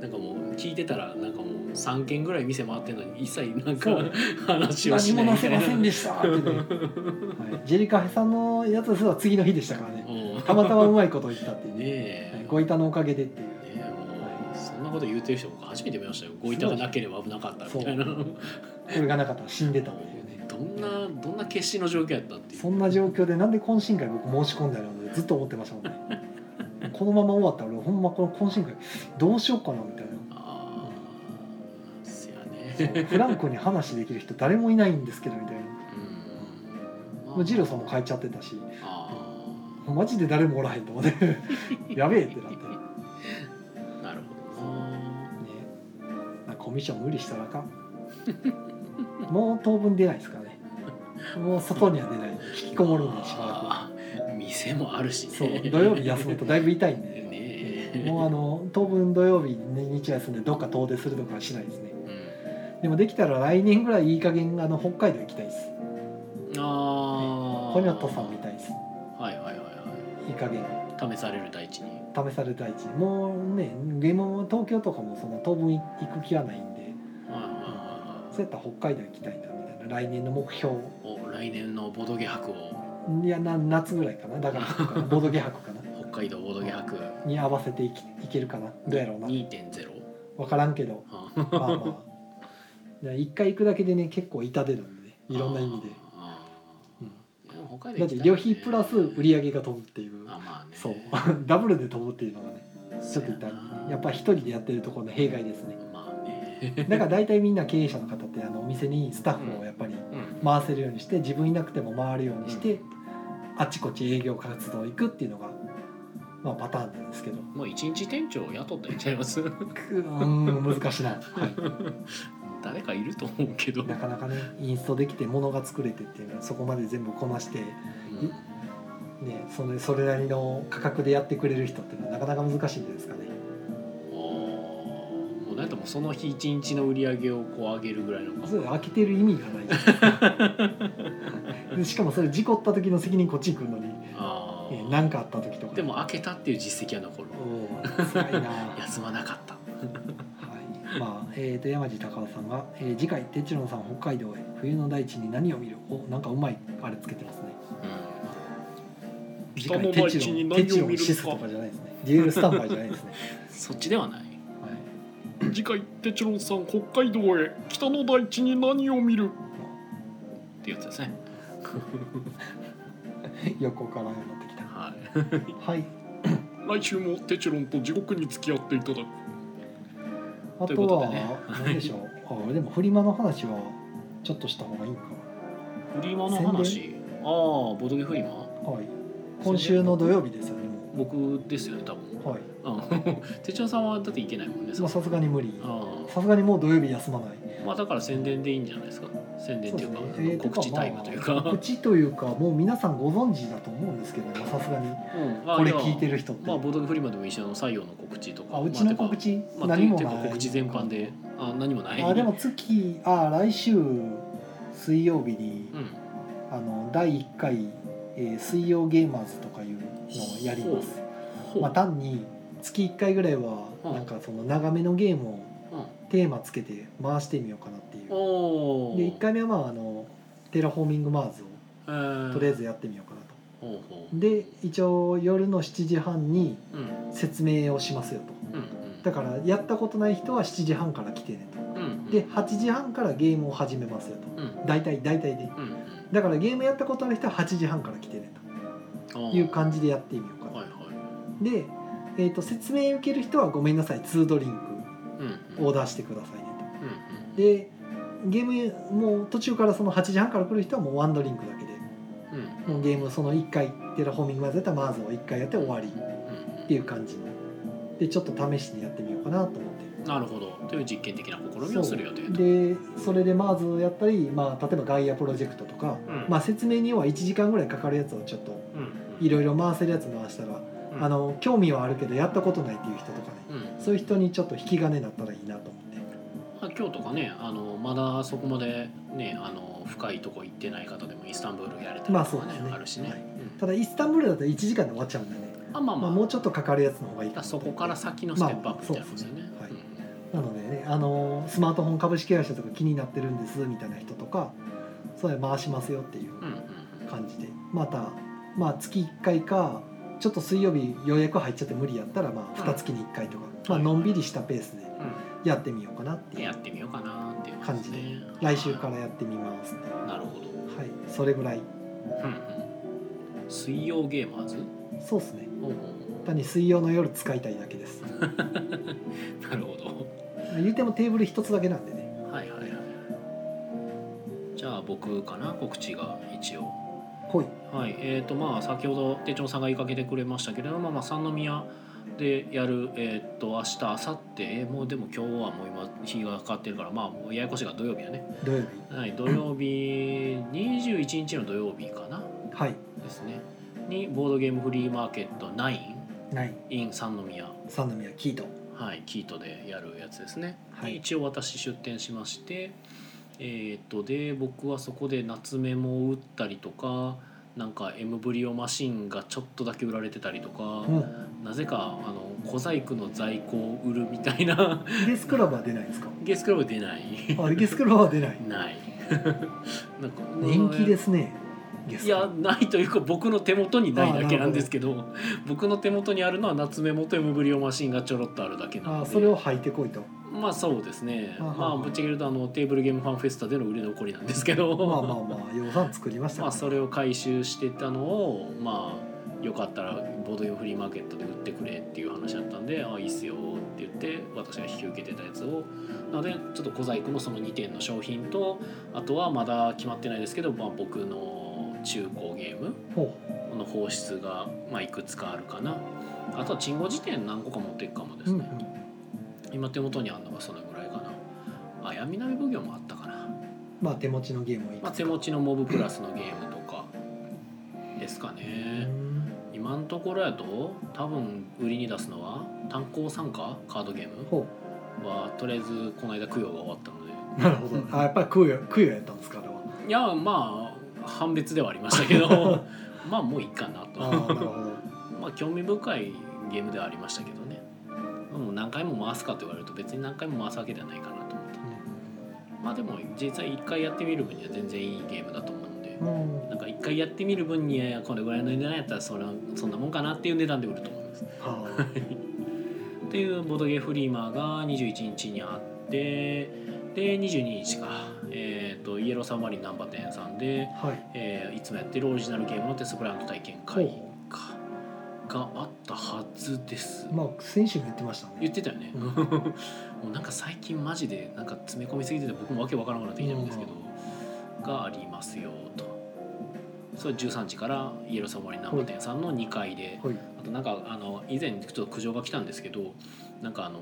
Speaker 1: なんかもう、聞いてたら、なんかもう、三軒ぐらい店回ってんのに、一切なんか
Speaker 2: そう。
Speaker 1: 話を
Speaker 2: 何
Speaker 1: しな
Speaker 2: も
Speaker 1: い
Speaker 2: な
Speaker 1: みた
Speaker 2: せ
Speaker 1: い
Speaker 2: ま
Speaker 1: な。
Speaker 2: せんでしたってね、はい、ジェリカフェさんのやつすら次の日でしたからね
Speaker 1: うん
Speaker 2: たまたまうまいこと言ったっていう
Speaker 1: ね
Speaker 2: ね
Speaker 1: え。
Speaker 2: はいごいたのおかげでっていう
Speaker 1: ねえもうそんなこと言うてる人僕初めて見ましたよご遺体がなければ危なかったみた いなど
Speaker 2: これがなかったら死んでたっていうね
Speaker 1: んなどんな決死の状況やったっていう
Speaker 2: そんな状況でなんで懇親会僕申し込んだのでずっと思ってましたもんねこのまま終わったら俺ほんまこの懇親会どうしようかなみたいな
Speaker 1: ああせや
Speaker 2: そ
Speaker 1: ね
Speaker 2: うフランクに話できる人誰もいないんですけどみたいな
Speaker 1: うん
Speaker 2: もうジローさんも帰っちゃってたし
Speaker 1: あ
Speaker 2: マジで誰もおらへんと思ってやべえってなって
Speaker 1: あなるほどな
Speaker 2: ね、なんかコミッション無理したらあかんもう当分出ないですからねもう外には出ない引きこもるんでしば
Speaker 1: ああ店もあるし
Speaker 2: ら
Speaker 1: ね
Speaker 2: くそう土曜日休むとだいぶ痛いんで、
Speaker 1: ねえ
Speaker 2: もうあの当分土曜日に日休んでどっか遠出するとかはしないですねでもできたら来年ぐらいいい加減あの北海道行きたいです
Speaker 1: うんああ
Speaker 2: コニョットさん見たいです
Speaker 1: はいはいはいはい
Speaker 2: いい加減
Speaker 1: 試される大地に
Speaker 2: 試されたい地もうねゲームも東京とかもそんな当分行く気はないんで
Speaker 1: はいはいはい
Speaker 2: そうやったら北海道行きたいなみたいな来年の目標
Speaker 1: はいお来年のボドゲ博を
Speaker 2: いやな夏ぐらいかなだからそうかなボードゲ博かな
Speaker 1: 北海道ボドゲ博
Speaker 2: に合わせていきいけるかなどうやろうな
Speaker 1: 2.0
Speaker 2: 分からんけど
Speaker 1: あ
Speaker 2: まあ まあ一回行くだけでね結構痛手なんでね いろんな意味で、
Speaker 1: あ
Speaker 2: うん
Speaker 1: ーいや北海道行
Speaker 2: だっ
Speaker 1: きた
Speaker 2: て
Speaker 1: い
Speaker 2: 旅費プラス売
Speaker 1: ね
Speaker 2: り上げが飛ぶっていう
Speaker 1: あまあね
Speaker 2: そう ダブルで飛ぶっていうのがねちょっと痛い
Speaker 1: そうやな
Speaker 2: やっぱ一人でやってるところの弊害ですね
Speaker 1: まあね
Speaker 2: だから大体みんな経営者の方ってあのお店にスタッフをやっぱり
Speaker 1: うん
Speaker 2: 回せるようにして自分いなくても回るようにして、あっちこっち営業活動行くっていうのが、まあ、パターンなんですけど
Speaker 1: もう一日店長雇ったりちゃいます
Speaker 2: うーん難しいな、 は
Speaker 1: 誰かいると思うけど
Speaker 2: い、なかなかねインストできてものが作れてっていうのはそこまで全部こなして、ね、
Speaker 1: うん
Speaker 2: そのそれなりの価格でやってくれる人っていうのはなかなか難しいんじゃないですかね
Speaker 1: おーもうなんともうその日一日の売り上げをこう上げるぐらいの
Speaker 2: それ開けてる意味がないじゃない ですかでしかもそれ事故った時の責任こっちに来るのに
Speaker 1: あ
Speaker 2: 何、
Speaker 1: ー
Speaker 2: ね、なんかあった時とか
Speaker 1: でも開けたっていう実績は残る
Speaker 2: おー辛いなはい
Speaker 1: 休まなかった
Speaker 2: まあえー、と山地隆夫さんが、えー次回「哲郎さん北海道へ冬の大地に何を見る?」おなんかうまいあれつけてますね
Speaker 1: う
Speaker 2: 次
Speaker 3: 北
Speaker 2: 回
Speaker 3: の
Speaker 2: テ
Speaker 3: 街
Speaker 2: チ
Speaker 3: に
Speaker 2: ロン
Speaker 3: 何を
Speaker 2: テチロ
Speaker 3: 見
Speaker 2: ン
Speaker 3: るか
Speaker 2: シスとかじゃないですねデュエルスタンバイじゃないですね、
Speaker 1: んそっち ではない
Speaker 2: はい
Speaker 3: 次回テチロンさん北海道へ北の大地に何を見る
Speaker 1: っていうやつですね
Speaker 2: 横からやってきた
Speaker 1: はい
Speaker 2: はい
Speaker 3: 来週もテチロンと地獄に付き合っていただく
Speaker 2: あ
Speaker 1: ということとで
Speaker 2: は
Speaker 1: ね
Speaker 2: 何でしょう あでもフリマの話はちょっとした方がいいか
Speaker 1: フリマの話ああボドゲフリマ
Speaker 2: なはい今週の土曜日ですよねも
Speaker 1: 僕ですよね多分
Speaker 2: うはい
Speaker 1: うん手帳さんはだっていけないもんね
Speaker 2: まあさすがに無理
Speaker 1: あ
Speaker 2: さすがにもう土曜日休まない
Speaker 1: あまあだから宣伝でいいんじゃないですか宣伝っていうか
Speaker 2: そうですねえー
Speaker 1: 告知タイム というか、
Speaker 2: 告知というかもう皆さんご存知だと思うんですけどねさすがに
Speaker 1: うん
Speaker 2: これ聞いて
Speaker 1: る
Speaker 2: る人って
Speaker 1: まあボードゲフリマでも一緒の採用の告知とか
Speaker 2: あうちの告知何も
Speaker 1: まあてか
Speaker 2: な
Speaker 1: まあて
Speaker 2: い
Speaker 1: か告知全般であ何もない
Speaker 2: あでも月あ来週水曜日に
Speaker 1: うん
Speaker 2: あの第1回、えー水曜ゲーマーズ」とかいうのをやります、
Speaker 1: ほう
Speaker 2: まあ、単に月1回ぐらいは
Speaker 1: うん
Speaker 2: なんかその長めのゲームを
Speaker 1: うん
Speaker 2: テテーマつけて回してみようかなっていう
Speaker 1: おお
Speaker 2: で1回目はまああのテラフォーミングマーズをとりあえず
Speaker 1: や
Speaker 2: やってみようかなと
Speaker 1: ほうほう
Speaker 2: で一応夜の7時半に
Speaker 1: うん
Speaker 2: 説明をしますよと
Speaker 1: うん
Speaker 2: だからやったことない人は7時半から来てね
Speaker 1: うんうん
Speaker 2: とで8時半からゲームを始めますよと
Speaker 1: うん
Speaker 2: 大体大体で
Speaker 1: うん
Speaker 2: だからゲームやったことある人は8時半から来てね
Speaker 1: うん
Speaker 2: という感じでやってみようか
Speaker 1: は
Speaker 2: ない
Speaker 1: は
Speaker 2: で、えー、と説明受ける人はごめんなさい2ドリン
Speaker 1: いうん
Speaker 2: クオーダーしてくださいね
Speaker 1: うんうん
Speaker 2: とでゲームもう途中からその8時半から来る人はもう1ドリンクだけで
Speaker 1: うんうん
Speaker 2: もうゲームその1回テラフォーミングまでやったらマーズを1回やって終わりっ
Speaker 1: うん
Speaker 2: ていう感じのでちょっと試してやってみようかなと思って
Speaker 1: なるほどという実験的な試みをする予定と
Speaker 2: でそれでマーズをやったり、まあ、例えばガイアプロジェクトとか、
Speaker 1: うん
Speaker 2: まあ、説明には1時間ぐらいかかるやつをちょっと
Speaker 1: うん
Speaker 2: いろいろ回せるやつ回したら、
Speaker 1: うん
Speaker 2: あの興味はあるけどやったことないっていう人とかね、
Speaker 1: うん
Speaker 2: そういう人にちょっと引き金だったらいいなと思って
Speaker 1: まあ今日とかねあのまだそこまでねあの深いとこ行ってない方でもイスタンブールやれたりとかね,、
Speaker 2: まあそうですね
Speaker 1: あるしね、
Speaker 2: はい
Speaker 1: うん
Speaker 2: ただイスタンブールだと1時間で終わっちゃうんでね、
Speaker 1: あまあま
Speaker 2: ま
Speaker 1: あ、
Speaker 2: あ、もうちょっとかかるやつの方がいいかなと
Speaker 1: そ
Speaker 2: 思
Speaker 1: こ
Speaker 2: って
Speaker 1: から先のステップアップみたいなことですよね。
Speaker 2: まあそうですなのでねあのスマートフォン株式会社とか気になってるんですみたいな人とかそれ回しますよっていう
Speaker 1: うんうん
Speaker 2: 感じでまた、まあ、月1回かちょっと水曜日予約入っちゃって無理やったらまあ
Speaker 1: うん
Speaker 2: 2月に1回とか、
Speaker 1: はい
Speaker 2: まあのんびりしたペースで
Speaker 1: うん
Speaker 2: やってみようかなって
Speaker 1: で
Speaker 2: い
Speaker 1: や
Speaker 2: う
Speaker 1: ってみようかなっていう
Speaker 2: 感
Speaker 1: 感
Speaker 2: じ
Speaker 1: じ
Speaker 2: で
Speaker 1: ね。
Speaker 2: 来週からやってみますね
Speaker 1: ら。なるほど。
Speaker 2: はいそれぐら
Speaker 1: う
Speaker 2: い
Speaker 1: んうん水曜ゲーマーズ。
Speaker 2: そうですね
Speaker 1: ほうほ
Speaker 2: 単に水曜の夜使いたいだ けです
Speaker 1: うなるほど。
Speaker 2: 言うてもテーブル1つだけなんでね
Speaker 1: はいはいはい。じゃあ僕かな告知が一応。
Speaker 2: 来い
Speaker 1: はい、えーとまあ、先ほど手帳さんが言いかけてくれましたけれども、まあ、三宮でやる、えー、と明日明後日えーもうでも今日はもう今日が変わってるから、まあ、もうややこしいが土曜日やね、
Speaker 2: 土曜日
Speaker 1: はい、土曜日21日の土曜日かな
Speaker 2: はい
Speaker 1: ですねにボードゲームフリーマーケット9
Speaker 2: 9
Speaker 1: in 三宮、
Speaker 2: 三宮キート
Speaker 1: はい、キートでやるやつですね、
Speaker 2: はい
Speaker 1: で一応私出店しましてえーっとで僕はそこで夏メモを打ったりとかなんか M ブリオマシンがちょっとだけ売られてたりとか、
Speaker 2: うん
Speaker 1: なぜかあの小細工の在庫を売るみたいな
Speaker 2: ゲスクラブは出ないんですか
Speaker 1: ゲスクラブ出ない
Speaker 2: あゲスクラブは出ない
Speaker 1: ない なんか
Speaker 2: 人気ですすねゲス
Speaker 1: い
Speaker 2: クラ
Speaker 1: や
Speaker 2: ブ
Speaker 1: ないというか僕の手元にないだけ
Speaker 2: あなるほど
Speaker 1: なんですけど僕の手元にあるのは夏メモと M ブリオマシンがちょろっとあるだけなの
Speaker 2: あ
Speaker 1: で
Speaker 2: それを履いてこいと
Speaker 1: まあそうですね
Speaker 2: あはは
Speaker 1: まあぶっちゃけ言うとあのテーブルゲームファンフェスタでの売れ残りなんですけど
Speaker 2: まあまあまあ予算作りまし
Speaker 1: ま
Speaker 2: たか
Speaker 1: あ
Speaker 2: ら
Speaker 1: それを回収してたのをまあよかったらボードゲームフリーマーケットで売ってくれっていう話だったんで「ああいいっすよ」って言って私が引き受けてたやつをなのでちょっと小細工のその2点の商品とあとはまだ決まってないですけど、まあ、僕の中古ゲーム
Speaker 2: ほ
Speaker 1: の放出が、まあ、いくつかあるかなあとはチンゴ辞典何個か持っていくかもで
Speaker 2: う、
Speaker 1: す
Speaker 2: うんう
Speaker 1: ね、
Speaker 2: ん、
Speaker 1: 今手元にあるのがそれぐらいかなあ闇鍋奉行もあったかな
Speaker 2: まあ手持ちのゲームをいくつか
Speaker 1: まあ、手持ちのモブプラスのゲームとかですか
Speaker 2: う
Speaker 1: ね
Speaker 2: ん
Speaker 1: 今のところやと多分売りに出すのは炭鉱参加カードゲーム
Speaker 2: ほ
Speaker 1: はとりあえずこの間供養が終わったので
Speaker 2: うなるほどあやっぱりクヨクヨやったんですかあれはい
Speaker 1: やまあ判別ではありましたけど まあもういいかなと
Speaker 2: ああなるほど
Speaker 1: まあ興味深いゲームではありましたけどねもう何回も回すかと言われると別に何回も回すわけではないかなと思ってまあでも実際一回やってみる分には全然いいゲームだと思うので、
Speaker 2: うん、
Speaker 1: なんか一回やってみる分にはこれぐらいの値段やったらそれはそんなもんかなっていう値段で売ると思います。
Speaker 2: は
Speaker 1: っていうボードゲーフリーマーが21日にあってで22日か、えー、とイエローサマリン難波店さんで、
Speaker 2: あはい
Speaker 1: えーいつもやってるオリジナルゲームのテストブランド体験会かがあったはずです。
Speaker 2: まあ先週も言ってました
Speaker 1: 言
Speaker 2: ね
Speaker 1: ってたよね、
Speaker 2: うん
Speaker 1: もうなんか最近マジでなんか詰め込みすぎてて僕もわけわからなくなってきてるんですけど、がありますよとそれ13時からイエローサマリンナンバー店さんの2階で
Speaker 2: はい
Speaker 1: あとなんかあの以前ちょっと苦情が来たんですけどなんかあの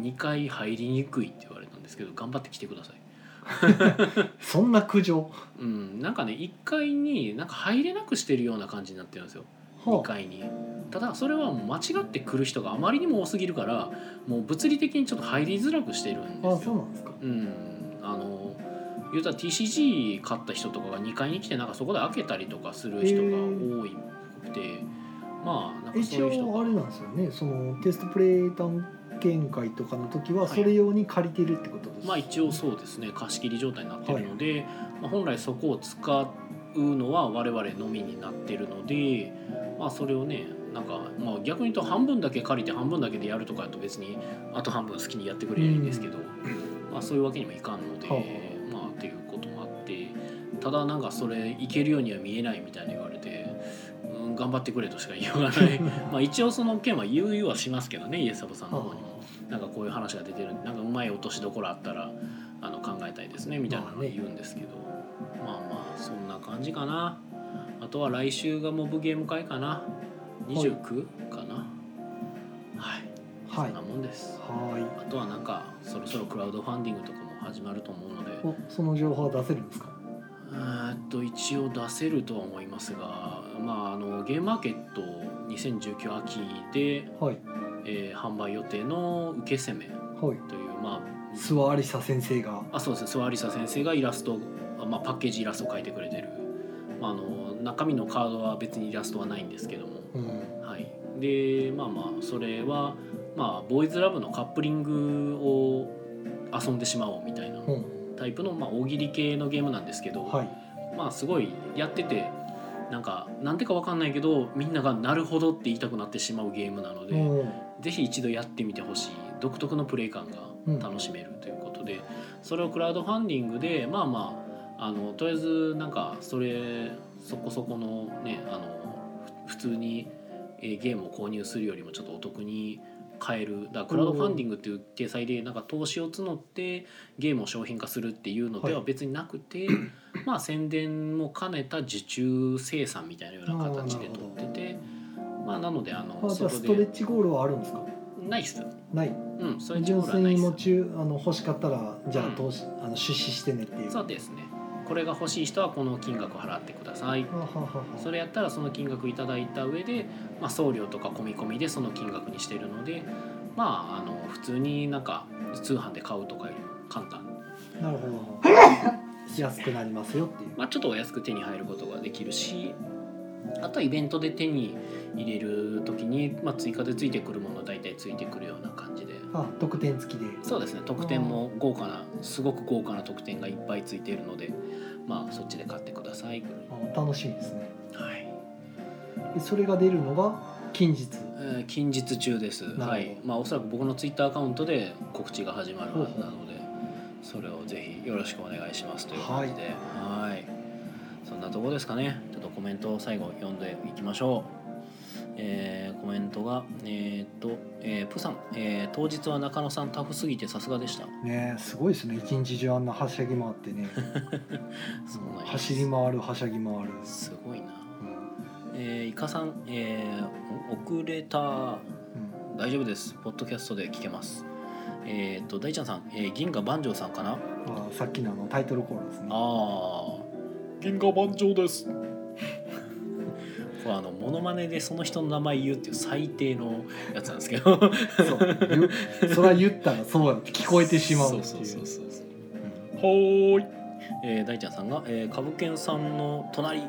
Speaker 1: 2階入りにくいって言われたんですけど頑張って来てください
Speaker 2: そんな苦情
Speaker 1: うんなんかね1階になんか入れなくしてるような感じになってるんですよ2階にただそれはもう間違って来る人があまりにも多すぎるからもう物理的にちょっと入りづらくしてるん
Speaker 2: あ、あ
Speaker 1: です
Speaker 2: そう
Speaker 1: よ
Speaker 2: なんですか
Speaker 1: うんあの言うたら TCG 買った人とかが2階に来てなんかそこで開けたりとかする人が多いくて、まあなんかそう
Speaker 2: 一
Speaker 1: いう人
Speaker 2: 応あれなんですよねそのテストプレイ担見会とかの時はそれ用に借りてるってことです、
Speaker 1: まあ一応そうですね貸し切り状態になってるので、まあ、本来そこを使うのは我々のみになってるので、まあ、それをねなんかまあ逆に言うと半分だけ借りて半分だけでやるとかだと別にあと半分好きにやってくれるんですけど、まあ、そういうわけにもいかんので、
Speaker 2: は
Speaker 1: まあっていうこともあってただなんかそれいけるようには見えないみたいに言われて。うん頑張ってくれとしか言いようがないまあ一応その件は言うはしますけどねイエサボさんの方にもなんかこういう話が出てるんでなんかうまい落としどころあったらあの考えたいですねみたいなのを言うんですけど、まあまあそんな感じかなあとは来週がモブゲーム会かな29かなはい、
Speaker 2: は
Speaker 1: そ
Speaker 2: い
Speaker 1: んなもんです
Speaker 2: は
Speaker 1: あとはなんかそろそろクラウドファンディングとかも始まると思うので
Speaker 2: ーいおその情報は出せるんですか
Speaker 1: えーっと一応出せるとは思いますがまああのゲームマーケット2019秋で、
Speaker 2: はい
Speaker 1: えー販売予定の受け攻め
Speaker 2: はい
Speaker 1: というまあ
Speaker 2: 諏訪有沙先生が
Speaker 1: あそうですね諏訪有沙先生がイラストを、まあ、パッケージイラストを描いてくれてる、まあ、あの中身のカードは別にイラストはないんですけども、
Speaker 2: うん
Speaker 1: はい、でまあまあそれは、まあ、ボーイズラブのカップリングを遊んでしまおうみたいな
Speaker 2: うん
Speaker 1: タイプの、まあ、大喜利系のゲームなんですけど、
Speaker 2: はい
Speaker 1: まあすごいやっててなんかなんてかわかんないけどみんなが「なるほど」って言いたくなってしまうゲームなので。
Speaker 2: うん
Speaker 1: ぜひ一度やってみてほしい独特のプレイ感が楽しめるということで、それをクラウドファンディングでまあまああのとりあえずなんかそれそこそこのねあのふ普通にえーゲームを購入するよりもちょっとお得に買えるだからクラウドファンディングっていう体裁でなんか投資を募ってゲームを商品化するっていうのでは
Speaker 2: はい
Speaker 1: 別になく て、まあ宣伝も兼ねた受注生産みたいなような形で
Speaker 2: あーな
Speaker 1: 取
Speaker 2: るほ
Speaker 1: っ
Speaker 2: ど
Speaker 1: てて。まあなのであの
Speaker 2: あじゃあストレッチゴールはあるんですか
Speaker 1: ないっす
Speaker 2: ない
Speaker 1: うん、それ自
Speaker 2: 純
Speaker 1: 分ら
Speaker 2: 粋
Speaker 1: ない
Speaker 2: に
Speaker 1: っ
Speaker 2: も
Speaker 1: す。
Speaker 2: 中あの欲しかったらじゃあ
Speaker 1: うん
Speaker 2: 投資、あの出資してねっていう
Speaker 1: そうですね。これが欲しい人はこの金額を払ってください。
Speaker 2: あははは
Speaker 1: それやったらその金額いただいた上で、まあ、送料とか込み込みでその金額にしてるので、まああの普通になんか通販で買うとかよりも簡単。
Speaker 2: なるほど安くなりますよっていう、
Speaker 1: まあちょっとお安く手に入ることができるし。あとはイベントで手に入れる時に、まあ、追加でついてくるものは大体ついてくるような感じで
Speaker 2: あ特典付きで
Speaker 1: そうですね特典も豪華なすごく豪華な特典がいっぱいついているのでまあそっちで買ってください
Speaker 2: あ楽しみですね
Speaker 1: はい、
Speaker 2: でそれが出るのが近日
Speaker 1: えー近日中です
Speaker 2: ほど
Speaker 1: はいまあおそらく僕のツイッターアカウントで告知が始まるはずなのでそれをぜひよろしくお願いしますという感じではいそんなとこですかねちょっとコメントを最後読んでいきましょうえーコメントがえーっと、えープさん、えー当日は中野さんタフすぎてさすがでした
Speaker 2: ねえすごいですね一日中あんなはしゃぎ回って ね
Speaker 1: そうなんです
Speaker 2: 走り回るはしゃぎ回る、
Speaker 1: すごいな
Speaker 2: うん
Speaker 1: えー、イカさん、えー遅れた
Speaker 2: うん
Speaker 1: 大丈夫です。ポッドキャストで聞けます。えっ、と大ちゃんさん、えー銀河万丈さんかな。
Speaker 2: あさっきのあのタイトルコールですね
Speaker 1: ああ、
Speaker 4: 銀河万丈です
Speaker 1: これあのモノマネでその人の名前言うっていう最低のやつなんですけど。
Speaker 2: そうゆそれは言ったらそうやって聞こえてしまうって
Speaker 1: そう
Speaker 2: い
Speaker 1: そう
Speaker 2: う
Speaker 1: そうそう。
Speaker 2: うん
Speaker 4: はーい
Speaker 1: えー大ちゃんさんが、えー、株券さんの隣。
Speaker 2: あ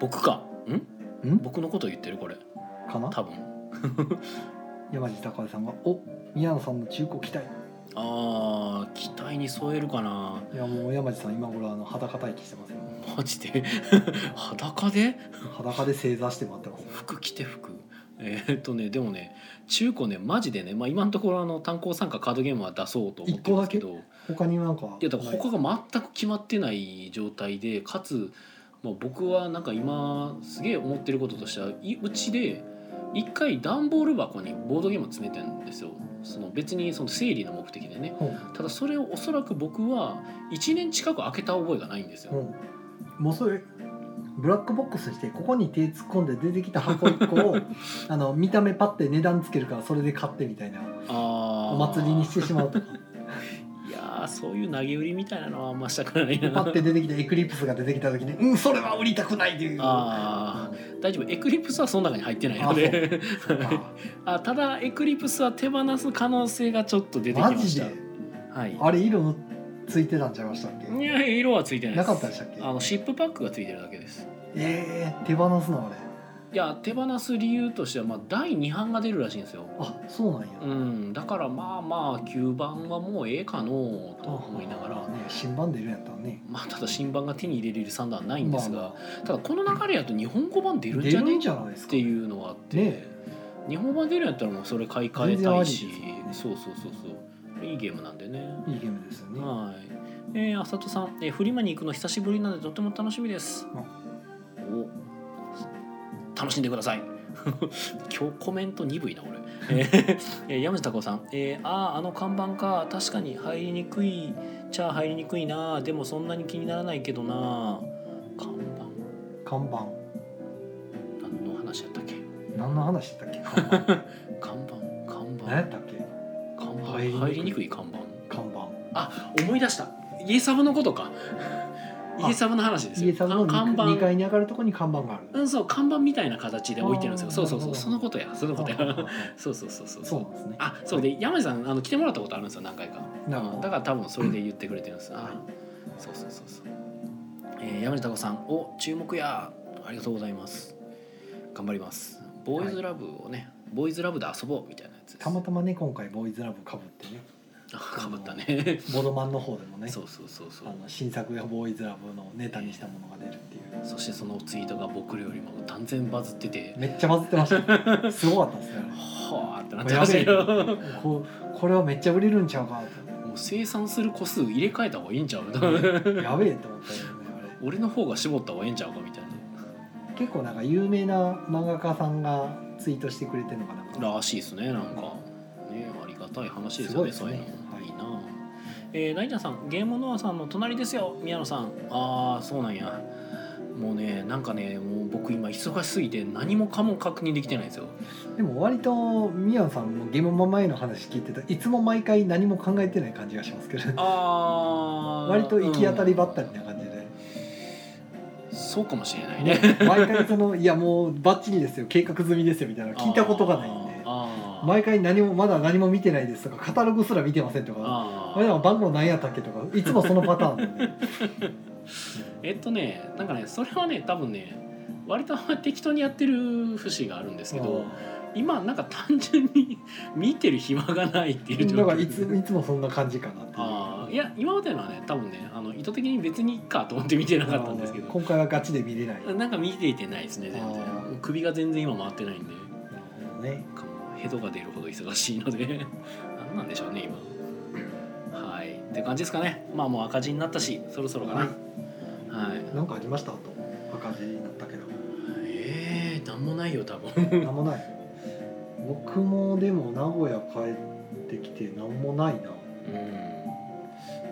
Speaker 1: 僕か。ん？
Speaker 2: ん
Speaker 1: 僕のこと言ってるこれ。
Speaker 2: かな
Speaker 1: 多分。
Speaker 2: 山地孝さんが「お宮野さんの中古期待」
Speaker 1: ああ、期待に添えるかな。
Speaker 2: いやもう山地さん今頃あの裸待機してますよ
Speaker 1: マジで 裸で？
Speaker 2: 裸で正座して待ってます
Speaker 1: 服着て服えーっとねでもね中古ねマジでね、まあ、今のところあの炭鉱参加カードゲームは出そうと思ってるんですけどい
Speaker 2: 他になんか
Speaker 1: やだから他が全く決まってない状態でかつ、まあ、僕はなんか今すげえ思ってることとしてはいうちで一回段ボール箱にボードゲームを詰めてるんですよその別にその整理の目的でね
Speaker 2: ほう
Speaker 1: ただそれをおそらく僕は1年近く開けた覚えがないんですよ、
Speaker 2: うんもうそれブラックボックスにしてここに手突っ込んで出てきた箱1個 をあの見た目パッて値段つけるからそれで買ってみたいな
Speaker 1: あー
Speaker 2: お祭りにしてしまうとか
Speaker 1: いやーそういう投げ売りみたいなのはあんましたくないな
Speaker 2: パッて出 てきたエクリプスが出てきた時に「うんそれは売りたくない」っていう
Speaker 1: あ大丈夫エクリプスはその中に入ってない
Speaker 2: あ
Speaker 1: ので
Speaker 2: そうか
Speaker 1: あただエクリプスは手放す可能性がちょっと 出てきま
Speaker 2: マジ
Speaker 1: し
Speaker 2: で
Speaker 1: たはい
Speaker 2: あれ色ついてたんちゃいましたっ
Speaker 1: い
Speaker 2: け
Speaker 1: や色はついてないです
Speaker 2: なかったでしたっけ
Speaker 1: あのシップパックがついてるだけです
Speaker 2: ええ手放すのあれ
Speaker 1: いや手放す理由としては、まあ、第2版が出るらしいんですよ。
Speaker 2: あそうなんや、
Speaker 1: うん、だからまあまあ9番はもうええかのうと思いながら、
Speaker 2: ね新版出るんやったらね
Speaker 1: まあ、ただ新版が手に入れれる算段はないんですが、
Speaker 2: まあま
Speaker 1: ただこの流れやと日本語版出るん
Speaker 2: 出
Speaker 1: じゃ
Speaker 2: る
Speaker 1: ね
Speaker 2: ん
Speaker 1: っ
Speaker 2: じゃないですか
Speaker 1: ていうのはあって、
Speaker 2: ねえ
Speaker 1: 日本語版出るんやったらもうそれ買い替えたいし、
Speaker 2: 全然ありです
Speaker 1: そうそうそうそういいゲームなんでね。
Speaker 2: いいゲームですよね、
Speaker 1: はい。えー、あさとさん、えー、フリマに行くの久しぶりなのでとても楽しみです。
Speaker 2: あ
Speaker 1: お、楽しんでください。 今日コメント鈍いな 俺。えーえー、山下孝さん、えー、あああの看板か確かに入りにくいチャー入りにくいなでもそんなに気にならないけどな看板
Speaker 2: 看板
Speaker 1: 何の話やったっけ
Speaker 2: 何の話だったっけ看 板
Speaker 1: 看板看板
Speaker 2: 何やったっけ
Speaker 1: 看板
Speaker 2: 入りにくい
Speaker 1: 入りにくい看板
Speaker 2: 看板
Speaker 1: あ思い出した家サブのことか
Speaker 2: あ
Speaker 1: 家サブの話ですよ
Speaker 2: 家サブの
Speaker 1: 看板
Speaker 2: 2, 階に上がるとこに看板がある、
Speaker 1: うん、そう看板みたいな形で置いてるんですよ。
Speaker 2: あー
Speaker 1: そうそうそ
Speaker 2: な
Speaker 1: う、
Speaker 2: るほど
Speaker 1: そのことや、そのことや
Speaker 2: あああ。
Speaker 1: そうそうそうそう。
Speaker 2: そうなんですね
Speaker 1: あ、そうで、山地さん、あの来てもらったことあるんですよ、何回か。
Speaker 2: なるほど
Speaker 1: うんだから、多分それで言ってくれてるんです。あ
Speaker 2: はい
Speaker 1: ー、そうそうそうそう。えー、山地孝さん、お、注目や、ありがとうございます。頑張ります。ボーイズラブをね、ボーイズラブで遊ぼうみたいなやつです。
Speaker 2: たまたまね今回ボーイズラブかぶってね
Speaker 1: あ かぶったね。
Speaker 2: ボドマンの方でもね
Speaker 1: そうそうそうそ
Speaker 2: あ
Speaker 1: う。
Speaker 2: の新作がボーイズラブのネタにしたものが出るっていう
Speaker 1: そして、そのツイートが僕らよりも断然バズってて。
Speaker 2: めっちゃバズってましたねすごかったですね
Speaker 1: はあってな
Speaker 2: あ
Speaker 1: っ
Speaker 2: れ
Speaker 1: てました
Speaker 2: やべ
Speaker 1: よ。
Speaker 2: えここれはめっちゃ売れるんちゃう か
Speaker 1: もう生産する個数入れ替えた方がいいんちゃう
Speaker 2: とやべえと思ったよねあれ
Speaker 1: 俺の方が絞った方がええんちゃうかみたい
Speaker 2: 結構なんか有名な漫画家さんがツイートしてくれてるのかな
Speaker 1: ならしいですねなんかねありがたい話です
Speaker 2: す
Speaker 1: よ
Speaker 2: ご
Speaker 1: ね
Speaker 2: いです
Speaker 1: そういう
Speaker 2: ね
Speaker 1: の、
Speaker 2: はい
Speaker 1: い、いなえー、大ちゃんさんゲームノアさんの隣ですよ宮野さんああそうなんやもうねなんかねもう僕今忙しすぎて何もかも確認できてないんですよ
Speaker 2: でも割とミヤさんもゲームマ前の話聞いてたいつも毎回何も考えてない感じがしますけど
Speaker 1: あ
Speaker 2: 割と行き当たりばったりな感じで、
Speaker 1: そうかもしれないね
Speaker 2: 毎回その「いやもうバッチリですよ計画済みですよ」みたいなの聞いたことがないんで
Speaker 1: あーあー
Speaker 2: 毎回何もまだ何も見てないですとかカタログすら見てませんとか
Speaker 1: あ
Speaker 2: あ
Speaker 1: ー
Speaker 2: れでも番号何やったっけとかいつもそのパターンなんで
Speaker 1: えっとねなんかねそれはね多分ね割と適当にやってる節があるんですけど今なんか単純に見てる暇がないっていう
Speaker 2: だからいついつもそんな感じかなっていう
Speaker 1: ああいや今までのはね多分ねあの意図的に別にいっかと思って見てなかったんですけ
Speaker 2: あの
Speaker 1: ど
Speaker 2: 今回はガチで見れない、
Speaker 1: なんか見ていてないですね全
Speaker 2: あー
Speaker 1: 然首が全然今回ってないんで
Speaker 2: ね
Speaker 1: なんかもうヘドが出るほど忙しいので 何なんでしょうね今はいって感じですかねまあもう赤字になったしそろそろかな、
Speaker 2: は
Speaker 1: はい
Speaker 2: なんかありましたあと赤字になったけど
Speaker 1: えー、なんもないよ多分
Speaker 2: 何もない僕もでも名古屋帰ってきて何もないな
Speaker 1: うん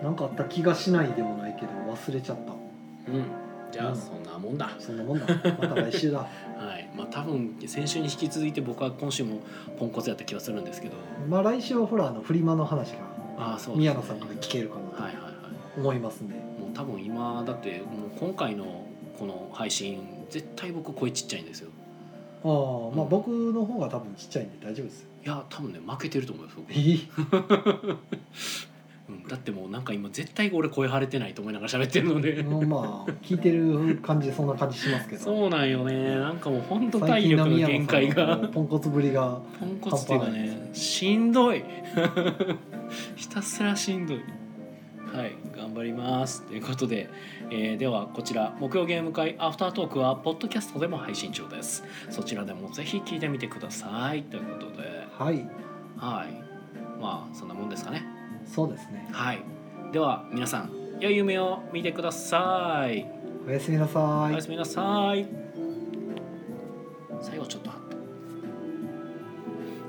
Speaker 2: なんかあった気がしないでもないけど忘れちゃった
Speaker 1: うん、じゃ
Speaker 2: う
Speaker 1: あ
Speaker 2: ん
Speaker 1: そんなもんだ、
Speaker 2: そんなもんだまた来 週だ
Speaker 1: はいまあ多分先週に引き続いて僕は今週もポンコツやった気がするんですけど
Speaker 2: まあ来週はほらあのフリマの話が
Speaker 1: ああそうですね
Speaker 2: 宮野さんから聞けるかなと
Speaker 1: はいはいは
Speaker 2: 思いますね、
Speaker 1: いもう多分今だってもう今回のこの配信絶対僕声ちっちゃいんですよ
Speaker 2: ああまあ僕の方が多分ちっちゃいんで大丈夫ですよ
Speaker 1: いや多分ね負けてると思います僕、
Speaker 2: え
Speaker 1: うん、だってもうなんか今絶対俺声張れてないと思いながら喋ってるので
Speaker 2: もうまあ聞いてる感じそんな感じしますけど
Speaker 1: そうなんよねなんかもうほんと
Speaker 2: 最
Speaker 1: 体
Speaker 2: 近
Speaker 1: 力
Speaker 2: の
Speaker 1: の
Speaker 2: 宮野
Speaker 1: 限界
Speaker 2: さんの
Speaker 1: が
Speaker 2: ポンコツぶりが
Speaker 1: ポンコツっていうかねしんどい ひたすらしんどいはい頑張りますということで、えーではこちら木曜ゲーム会アフタートークはポッドキャストでも配信中ですそちらでもぜひ聞いてみてくださいということで
Speaker 2: はい
Speaker 1: はいまあそんなもんですかね
Speaker 2: そうですね
Speaker 1: はいでは皆さん良い夢を見てください、
Speaker 2: おやすみなさ
Speaker 1: お
Speaker 2: い
Speaker 1: やすみなさい